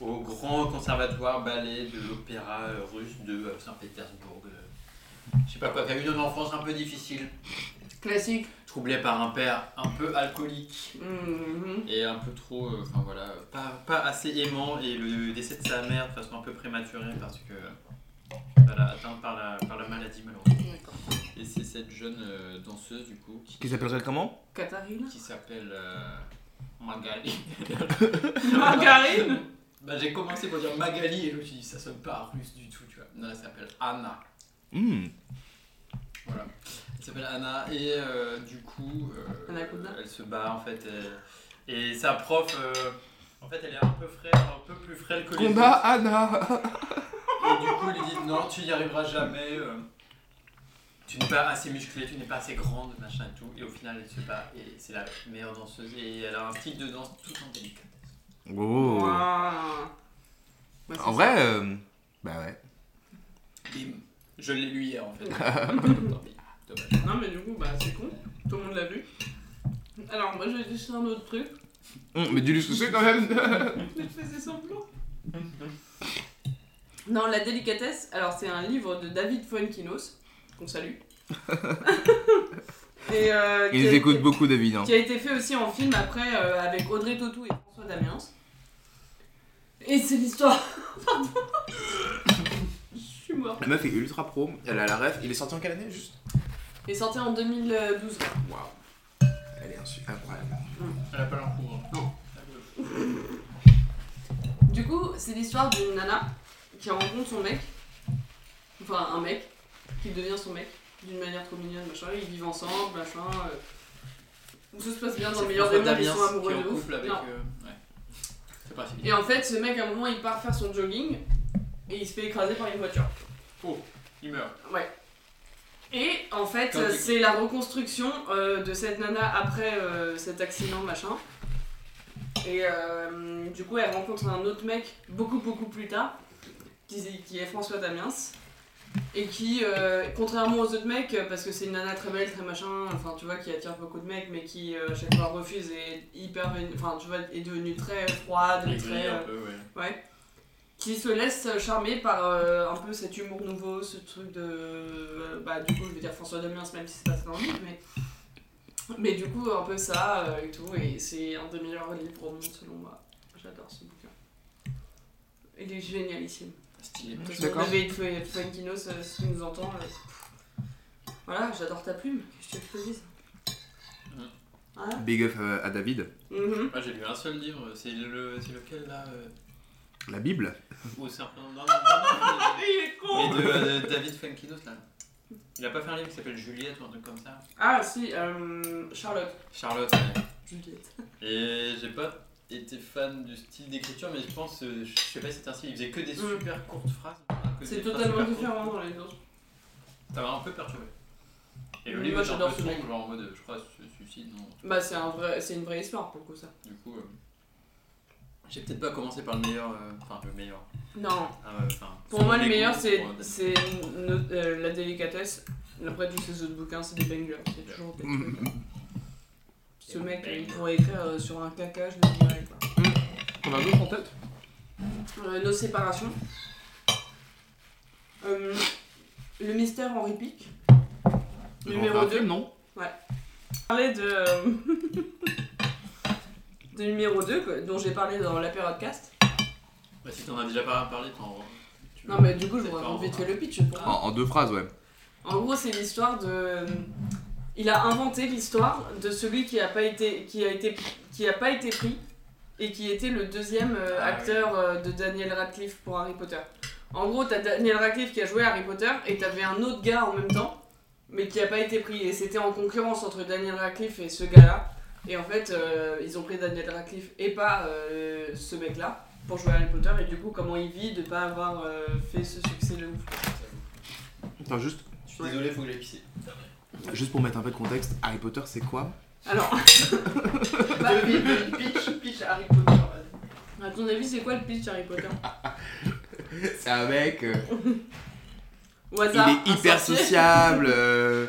Speaker 3: au grand conservatoire ballet de l'opéra euh, russe de euh, Saint-Pétersbourg. euh, Je sais pas quoi, qui a eu une enfance un peu difficile,
Speaker 1: Classique.
Speaker 3: troublée par un père un peu alcoolique
Speaker 1: Mhm.
Speaker 3: et un peu trop, euh, enfin voilà, euh, pas, pas assez aimant et le décès de sa mère de façon un peu prématurée parce que euh, voilà, atteinte par la, par la maladie malheureusement. Et c'est cette jeune euh, danseuse du coup qui,
Speaker 2: Qui s'appellerait comment
Speaker 1: Catherine.
Speaker 3: qui s'appelle euh, Magali. <laughs>
Speaker 1: Margarine.
Speaker 3: bah, j'ai commencé pour dire Magali et je me suis dit ça sonne pas russe du tout, tu vois. Non, elle s'appelle Anna.
Speaker 2: Hmm.
Speaker 3: Voilà. Elle s'appelle Anna et euh, du coup, euh,
Speaker 1: Anna Koudna.
Speaker 3: elle se bat en fait. euh, et sa prof, euh, en fait, elle est un peu frêle, un peu plus frêle que les
Speaker 2: Conda, <laughs> Anna
Speaker 3: Et du coup, il lui dit non, tu n'y arriveras jamais. euh, tu n'es pas assez musclée, tu n'es pas assez grande, machin et tout. Et au final, elle se bat et c'est la meilleure danseuse. Et elle a un style de danse tout en délicat.
Speaker 2: Oh
Speaker 1: Ouah. Bah, c'est
Speaker 2: En vrai, euh, bah ouais.
Speaker 3: Bim. Je l'ai lu hier en fait. Tant pis. Dommage.
Speaker 1: Non, mais du coup, bah, c'est con. Tout le monde l'a vu. Alors, moi, je vais juste un autre truc. <laughs>
Speaker 2: Hum, mais dis-lui ce que c'est quand même <laughs>
Speaker 1: Je faisais semblant. Non, La délicatesse, alors, c'est un livre de David Fuenkinos, qu'on
Speaker 2: <laughs>
Speaker 1: salue. Et, euh,
Speaker 2: Il
Speaker 1: qui a
Speaker 2: nous
Speaker 1: été-
Speaker 2: écoute beaucoup, David. hein.
Speaker 1: Qui a été fait aussi en film après euh, avec Audrey Tautou et François Damiens. Et c'est l'histoire. <laughs> Pardon. Je suis morte.
Speaker 2: La meuf est ultra pro, elle a la ref. Il est sorti en quelle année juste
Speaker 1: Il est sorti en 2012.
Speaker 2: Waouh. Elle est insu- incroyable.
Speaker 3: Elle a pas l'encours. Non.
Speaker 1: Du coup, c'est l'histoire d'une nana qui rencontre son mec, enfin un mec, qui devient son mec d'une manière trop mignonne, machin. Ils vivent ensemble, machin. euh. Tout se passe bien dans le meilleur des mondes, ils sont amoureux
Speaker 3: qui est
Speaker 1: de
Speaker 3: en
Speaker 1: ouf.
Speaker 3: couple avec.
Speaker 1: Non.
Speaker 3: euh, ouais. C'est pas fini.
Speaker 1: Et en fait, ce mec, à un moment, il part faire son jogging et il se fait écraser par une voiture.
Speaker 3: Oh, il meurt.
Speaker 1: Ouais. Et en fait,
Speaker 3: Comme
Speaker 1: euh,
Speaker 3: des-
Speaker 1: c'est la reconstruction euh, de cette nana après euh, cet accident, machin. Et euh, du coup, elle rencontre un autre mec beaucoup, beaucoup plus tard, qui, qui est François Damiens. Et qui, euh, contrairement aux autres mecs, parce que c'est une nana très belle, très machin, enfin tu vois, qui attire beaucoup de mecs, mais qui euh, à chaque fois refuse et est hyper, ven- enfin tu vois, est devenue très froide,
Speaker 3: Il
Speaker 1: très.
Speaker 3: grille
Speaker 1: euh,
Speaker 3: un peu, ouais.
Speaker 1: Ouais. Qui se laisse charmer par euh, un peu cet humour nouveau, ce truc de. euh, bah, du coup, je veux dire François Damiens, même si c'est pas ça dans le livre, mais. Mais du coup, un peu ça euh, et tout, et c'est un des meilleurs livres au monde selon moi. J'adore ce bouquin. Il est génialissime.
Speaker 3: Stylé.
Speaker 1: Mmh.
Speaker 2: suis d'accord.
Speaker 1: David Fu- Fuenkinos, euh, si tu nous entends. euh, voilà, j'adore ta plume, qu'est-ce que tu veux que je te dise
Speaker 3: Mm.
Speaker 1: Hein
Speaker 2: Big up euh, à David.
Speaker 1: Mhm.
Speaker 3: Moi j'ai lu un seul livre, c'est le, c'est lequel là euh,
Speaker 2: La <laughs> Bible
Speaker 3: Au serpent. Non, non, non, non, mais-
Speaker 1: Il est con
Speaker 3: mais de, euh, de David Funkinos là. Il a pas fait un livre qui s'appelle Juliette ou un truc comme ça.
Speaker 1: Ah si, euh, Charlotte.
Speaker 3: Charlotte. ouais.
Speaker 1: Juliette.
Speaker 3: Et j'ai pas été fan du style d'écriture, mais je pense, euh, je sais pas si c'était un style, il faisait que des
Speaker 1: Mm.
Speaker 3: super courtes phrases. que
Speaker 1: C'est
Speaker 3: des phrases
Speaker 1: totalement
Speaker 3: super
Speaker 1: différent
Speaker 3: courtes.
Speaker 1: dans les autres.
Speaker 3: Ça m'a un peu perturbé. Et le
Speaker 1: Moi,
Speaker 3: livre est un
Speaker 1: j'adore
Speaker 3: peu
Speaker 1: ce livre.
Speaker 3: sombre, genre en mode, je crois, su- suicide, non.
Speaker 1: Bah c'est un vrai, c'est une vraie histoire pour le coup ça.
Speaker 3: Du coup, euh, j'ai peut-être pas commencé par le meilleur, euh, enfin le meilleur.
Speaker 1: Non.
Speaker 3: Ah ouais, enfin,
Speaker 1: Pour
Speaker 3: ça
Speaker 1: moi
Speaker 3: me
Speaker 1: le meilleur c'est,
Speaker 3: dégoûte, pour-
Speaker 1: c'est no- euh, la délicatesse. Après tous ces autres bouquins c'est des bangers, c'est toujours des
Speaker 3: Mm-hmm.
Speaker 1: trucs. Ce mec il pourrait écrire euh, sur un caca, je le dirais pas.
Speaker 2: On a d'autres en tête
Speaker 1: Euh, nos séparations. Euh, le mystère Henri Pic. Numéro 2.
Speaker 2: non
Speaker 1: parler de. euh, <laughs> de numéro 2, dont j'ai parlé dans la période cast.
Speaker 3: Bah, si t'en as déjà pas parlé, t'en. tu-
Speaker 1: Non, mais du coup, je
Speaker 3: peut-être
Speaker 1: vous
Speaker 3: pas
Speaker 1: raconte
Speaker 3: en- Ah,
Speaker 1: vite fait le pitch. pour
Speaker 2: en,
Speaker 1: moi.
Speaker 2: en deux phrases, ouais.
Speaker 1: En gros, c'est l'histoire de. Il a inventé l'histoire de celui qui a pas été, qui a été, qui a pas été pris et qui était le deuxième euh,
Speaker 3: Ah,
Speaker 1: acteur euh, de Daniel Radcliffe pour Harry Potter. En gros, t'as Daniel Radcliffe qui a joué Harry Potter et t'avais un autre gars en même temps, mais qui a pas été pris. Et c'était en concurrence entre Daniel Radcliffe et ce gars-là. Et en fait, euh, ils ont pris Daniel Radcliffe et pas euh, ce mec-là pour jouer Harry Potter. Et du coup, comment il vit de pas avoir euh, fait ce succès de ouf.
Speaker 2: Attends, juste,
Speaker 3: Je suis désolé, faut que j'aille pisser.
Speaker 2: juste pour mettre un peu de contexte, Harry Potter, c'est quoi
Speaker 1: Alors,
Speaker 3: <laughs> Bah, pitch, pitch Harry Potter.
Speaker 1: à ton avis, c'est quoi le pitch Harry
Speaker 2: <laughs>
Speaker 1: Potter
Speaker 2: C'est un mec, euh,
Speaker 1: Au
Speaker 2: il
Speaker 1: hasard,
Speaker 2: est
Speaker 1: un
Speaker 2: hyper
Speaker 1: sorcier
Speaker 2: sociable,
Speaker 1: <laughs>
Speaker 2: euh,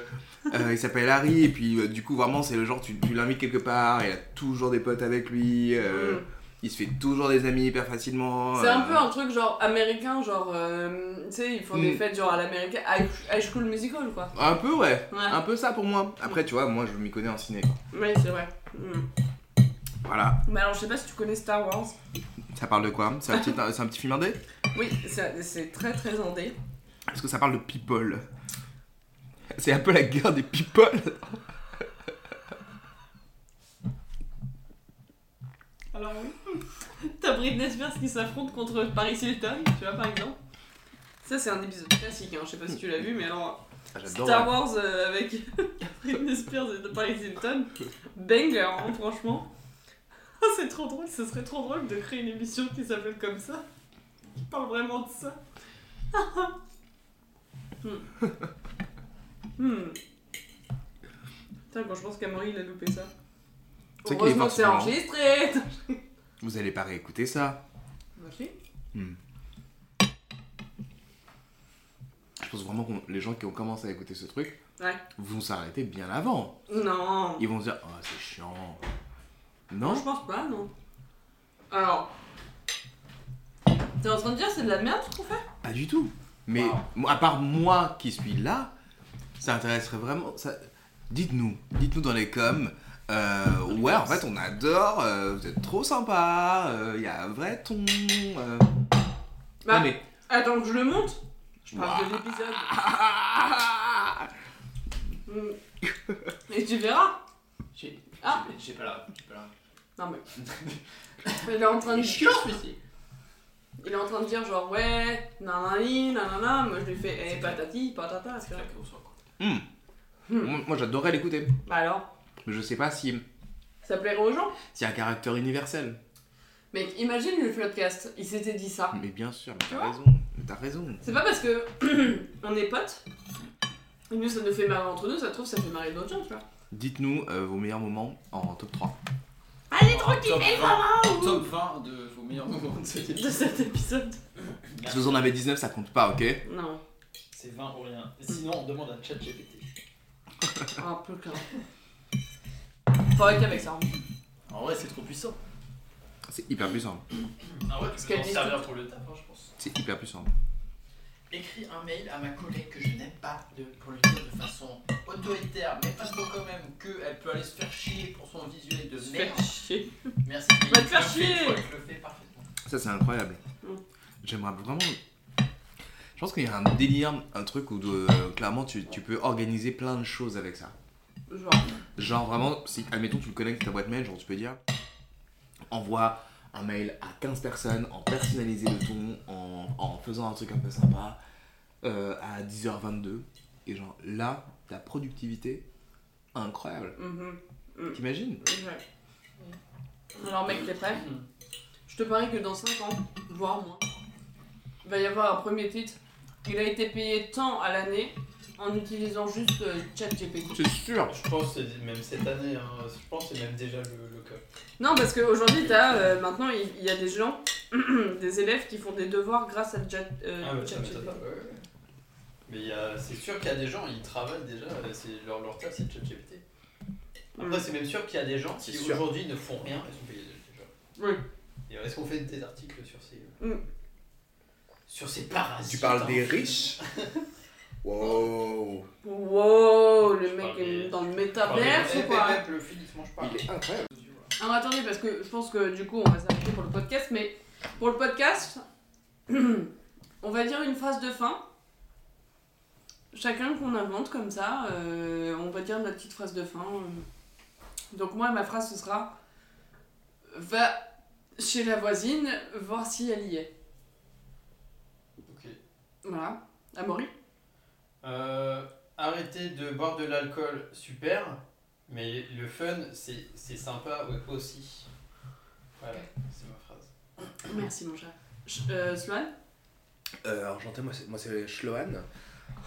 Speaker 2: euh, il s'appelle Harry, et puis euh, du coup, vraiment, c'est le genre, tu, tu l'invites quelque part, il a toujours des potes avec lui, euh,
Speaker 1: Mm.
Speaker 2: il se fait toujours des amis hyper facilement.
Speaker 1: <laughs> C'est un
Speaker 2: euh,
Speaker 1: peu un truc genre américain, genre euh, tu sais, ils font des
Speaker 2: Mm.
Speaker 1: fêtes genre à l'américain, High High School Musical quoi.
Speaker 2: Un peu, ouais. Ah.
Speaker 1: Ouais,
Speaker 2: Un peu ça pour moi. Après, tu vois, moi, je m'y connais en ciné.
Speaker 1: ouais c'est vrai. Mm.
Speaker 2: Voilà.
Speaker 1: Mais alors, je sais pas si tu connais Star Wars.
Speaker 2: Ça parle de quoi C'est un, petit- c'est un petit film indé
Speaker 1: Oui, ça- c'est très très andé.
Speaker 2: Est-ce que ça parle de people C'est un peu la guerre des people
Speaker 1: Alors oui. <laughs> T'as Britney Spears qui s'affronte contre Paris Hilton, tu vois par exemple. Ça, c'est un épisode classique, hein. je sais pas si tu l'as vu, mais alors. Star Wars euh, avec <laughs> Britney Spears et Paris
Speaker 2: <laughs>
Speaker 1: Hilton. Banger, hein, franchement. <laughs> Ah, c'est trop drôle, ce serait trop drôle de créer une émission qui s'appelle comme ça. Qui parle vraiment de ça. <laughs> hmm. Hmm. Putain, bon, je pense qu'Amory il a loupé ça.
Speaker 2: C'est qu'il est
Speaker 1: Heureusement que c'est
Speaker 2: parti,
Speaker 1: enregistré.
Speaker 2: Vous allez pas réécouter ça.
Speaker 1: Ok.
Speaker 2: Hmm. Je pense vraiment que les gens qui ont commencé à écouter ce truc
Speaker 1: Ouais.
Speaker 2: vont s'arrêter bien avant.
Speaker 1: Non.
Speaker 2: Ils vont se dire Oh, c'est chiant.
Speaker 1: Non,
Speaker 2: Non
Speaker 1: je pense pas, non. Alors. T'es en train de dire c'est de la merde ce qu'on fait
Speaker 2: Pas du tout. Mais
Speaker 3: Wow.
Speaker 2: moi, à part moi qui suis là, ça intéresserait vraiment. Ça... Dites-nous, dites-nous dans les coms. euh, ouais, en fait, on adore. euh, vous êtes trop sympa. Il y a un vrai ton. euh.
Speaker 1: Bah,
Speaker 2: Non, mais-
Speaker 1: Attends que Ah, je le monte Je parle de
Speaker 2: Ouah.
Speaker 1: l'épisode.
Speaker 2: <laughs> Ah
Speaker 1: Mm. Et tu verras
Speaker 3: J'ai j'ai-
Speaker 1: Ah.
Speaker 3: j'ai pas la. J'ai pas la.
Speaker 1: Non mais. Il est en train de.
Speaker 3: Je suis ici.
Speaker 1: Il est en train de dire genre ouais, nanani, nanana, moi je lui fais eh, patati, patata,
Speaker 3: C'est
Speaker 1: etc.
Speaker 3: là qu'on sort quoi.
Speaker 2: Hmm.
Speaker 1: Hmm.
Speaker 2: Moi, moi, j'adorais l'écouter.
Speaker 1: Bah alors,
Speaker 2: Mais je sais pas si
Speaker 1: ça plairait aux gens
Speaker 2: c'est un caractère universel.
Speaker 1: Mec, imagine le podcast, il s'était dit ça.
Speaker 2: Mais bien sûr, mais
Speaker 1: vois
Speaker 2: t'as raison. mais T'as raison.
Speaker 1: C'est pas parce que <clears throat> on est potes, et nous ça nous fait marrer entre nous, ça se trouve ça fait marrer d'autres gens, tu vois.
Speaker 2: Dites-nous euh, vos meilleurs moments en top 3.
Speaker 1: Allez trop kiffé
Speaker 3: Top
Speaker 1: le
Speaker 3: 20,
Speaker 1: moment
Speaker 3: Top 20 de vos meilleurs moments de cette
Speaker 1: de
Speaker 3: émission.
Speaker 1: cet épisode
Speaker 2: Parce que vous en avez 19, ça compte pas, ok
Speaker 1: Non,
Speaker 3: C'est 20 ou rien. Sinon, on demande à ChatGPT.
Speaker 1: un peu quand même. Fuck avec ça. hein.
Speaker 3: En vrai, c'est trop puissant.
Speaker 2: C'est hyper puissant.
Speaker 3: Ah ouais,
Speaker 1: Parce
Speaker 3: parce
Speaker 1: qu'elle
Speaker 3: qu'elle
Speaker 1: dit
Speaker 3: servir pour le taf, hein, je pense.
Speaker 2: C'est hyper puissant.
Speaker 3: Écris un mail à ma collègue que je n'aime pas de- pour lui dire de façon autoritaire, mais pas trop quand même, qu'elle peut aller se faire chier pour son visuel de
Speaker 1: Je
Speaker 3: merde.
Speaker 1: fais chier.
Speaker 3: Merci.
Speaker 1: Va te faire
Speaker 3: Je le fais,
Speaker 1: chier.
Speaker 3: toi, Je le fais parfaitement.
Speaker 2: Ça, c'est incroyable.
Speaker 1: Mm.
Speaker 2: J'aimerais vraiment. Je pense qu'il y a un délire, un truc où euh, clairement tu, tu peux organiser plein de choses avec ça.
Speaker 1: Genre,
Speaker 2: Genre vraiment, si, admettons, tu le connectes à ta boîte mail, genre tu peux dire envoie un mail à 15 personnes en personnalisé le ton, en, en faisant un truc un peu sympa euh, à 10h22. Et genre là, ta productivité, incroyable.
Speaker 1: Mhm.
Speaker 2: T'imagines
Speaker 1: Ouais. Alors mec, t'es prêt
Speaker 3: Mhm.
Speaker 1: Je te parie que dans 5 ans, voire moins, il va y avoir un premier titre. Il a été payé tant à l'année en utilisant juste euh, ChatGPT.
Speaker 2: C'est sûr.
Speaker 3: Je pense que c'est même cette année, hein, je pense que c'est même déjà le, le cas.
Speaker 1: Non, parce qu'aujourd'hui, t'as euh, maintenant, il il y, a des gens, <clears throat> des élèves qui font des devoirs grâce à Chat- euh,
Speaker 3: Ah, mais ça
Speaker 1: ChatGPT.
Speaker 3: m'étonne pas. ouais, ouais, ouais. Mais il y a- c'est sûr qu'il y a des gens, ils travaillent déjà, euh, c'est- leur, leur taf c'est ChatGPT. Après,
Speaker 1: Mm.
Speaker 3: c'est même sûr qu'il y a des gens qui
Speaker 4: C'est sûr.
Speaker 3: aujourd'hui ne font rien et sont payés déjà.
Speaker 1: Oui.
Speaker 3: Et est-ce qu'on fait des articles sur ces.
Speaker 1: Mm.
Speaker 3: Sur ces parasites
Speaker 4: Tu parles
Speaker 3: hein.
Speaker 4: des
Speaker 2: <laughs>
Speaker 4: riches Wow
Speaker 1: Wow, le
Speaker 3: Je
Speaker 1: mec
Speaker 3: parle
Speaker 1: est
Speaker 3: des-
Speaker 1: dans le
Speaker 3: Je parle des-
Speaker 1: métaverse
Speaker 3: Eh,
Speaker 1: ou
Speaker 3: eh,
Speaker 1: quoi hein.
Speaker 3: eh, le finissement, je parle.
Speaker 4: Il est incroyable
Speaker 1: Alors Ah, attendez, parce que je pense que du coup on va s'arrêter pour le podcast, mais pour le podcast, <clears throat> on va dire une phrase de fin. Chacun qu'on invente comme ça, euh, on va dire notre petite phrase de fin. euh. Donc moi, ma phrase, ce sera Va chez la voisine voir si elle y est.
Speaker 3: Ok.
Speaker 1: Voilà. Amaury
Speaker 3: Euh, arrêter de boire de l'alcool, super. Mais le fun, c'est c'est sympa ouais, aussi. Voilà, c'est ma phrase.
Speaker 1: Merci mon chat. Ch- euh, Sloan
Speaker 4: Euh, Argentin, moi c'est- moi c'est Schloan.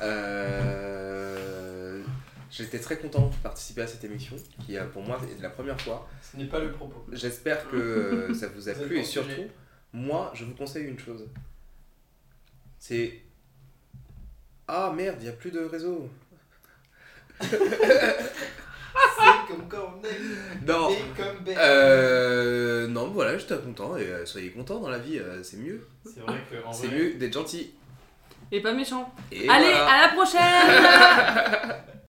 Speaker 4: Euh, J'étais très content de participer à cette émission qui euh, pour moi est la première fois.
Speaker 3: Ce n'est pas
Speaker 4: <laughs>
Speaker 3: le propos.
Speaker 4: J'espère que
Speaker 3: <laughs>
Speaker 4: euh, ça vous a
Speaker 3: Vous êtes
Speaker 4: plu et
Speaker 3: encouragé.
Speaker 4: surtout, moi je vous conseille une chose. C'est... Ah merde, il n'y a plus de réseau.
Speaker 3: C'est comme quand on est
Speaker 4: Non.
Speaker 3: comme bête.
Speaker 4: Euh, non, voilà, j'étais content et euh, soyez content dans la vie, euh, c'est mieux.
Speaker 3: C'est vrai que en
Speaker 4: C'est
Speaker 3: vrai,
Speaker 4: mieux d'être gentil.
Speaker 1: Et pas méchant.
Speaker 4: Et
Speaker 1: Allez,
Speaker 4: voilà.
Speaker 1: à la prochaine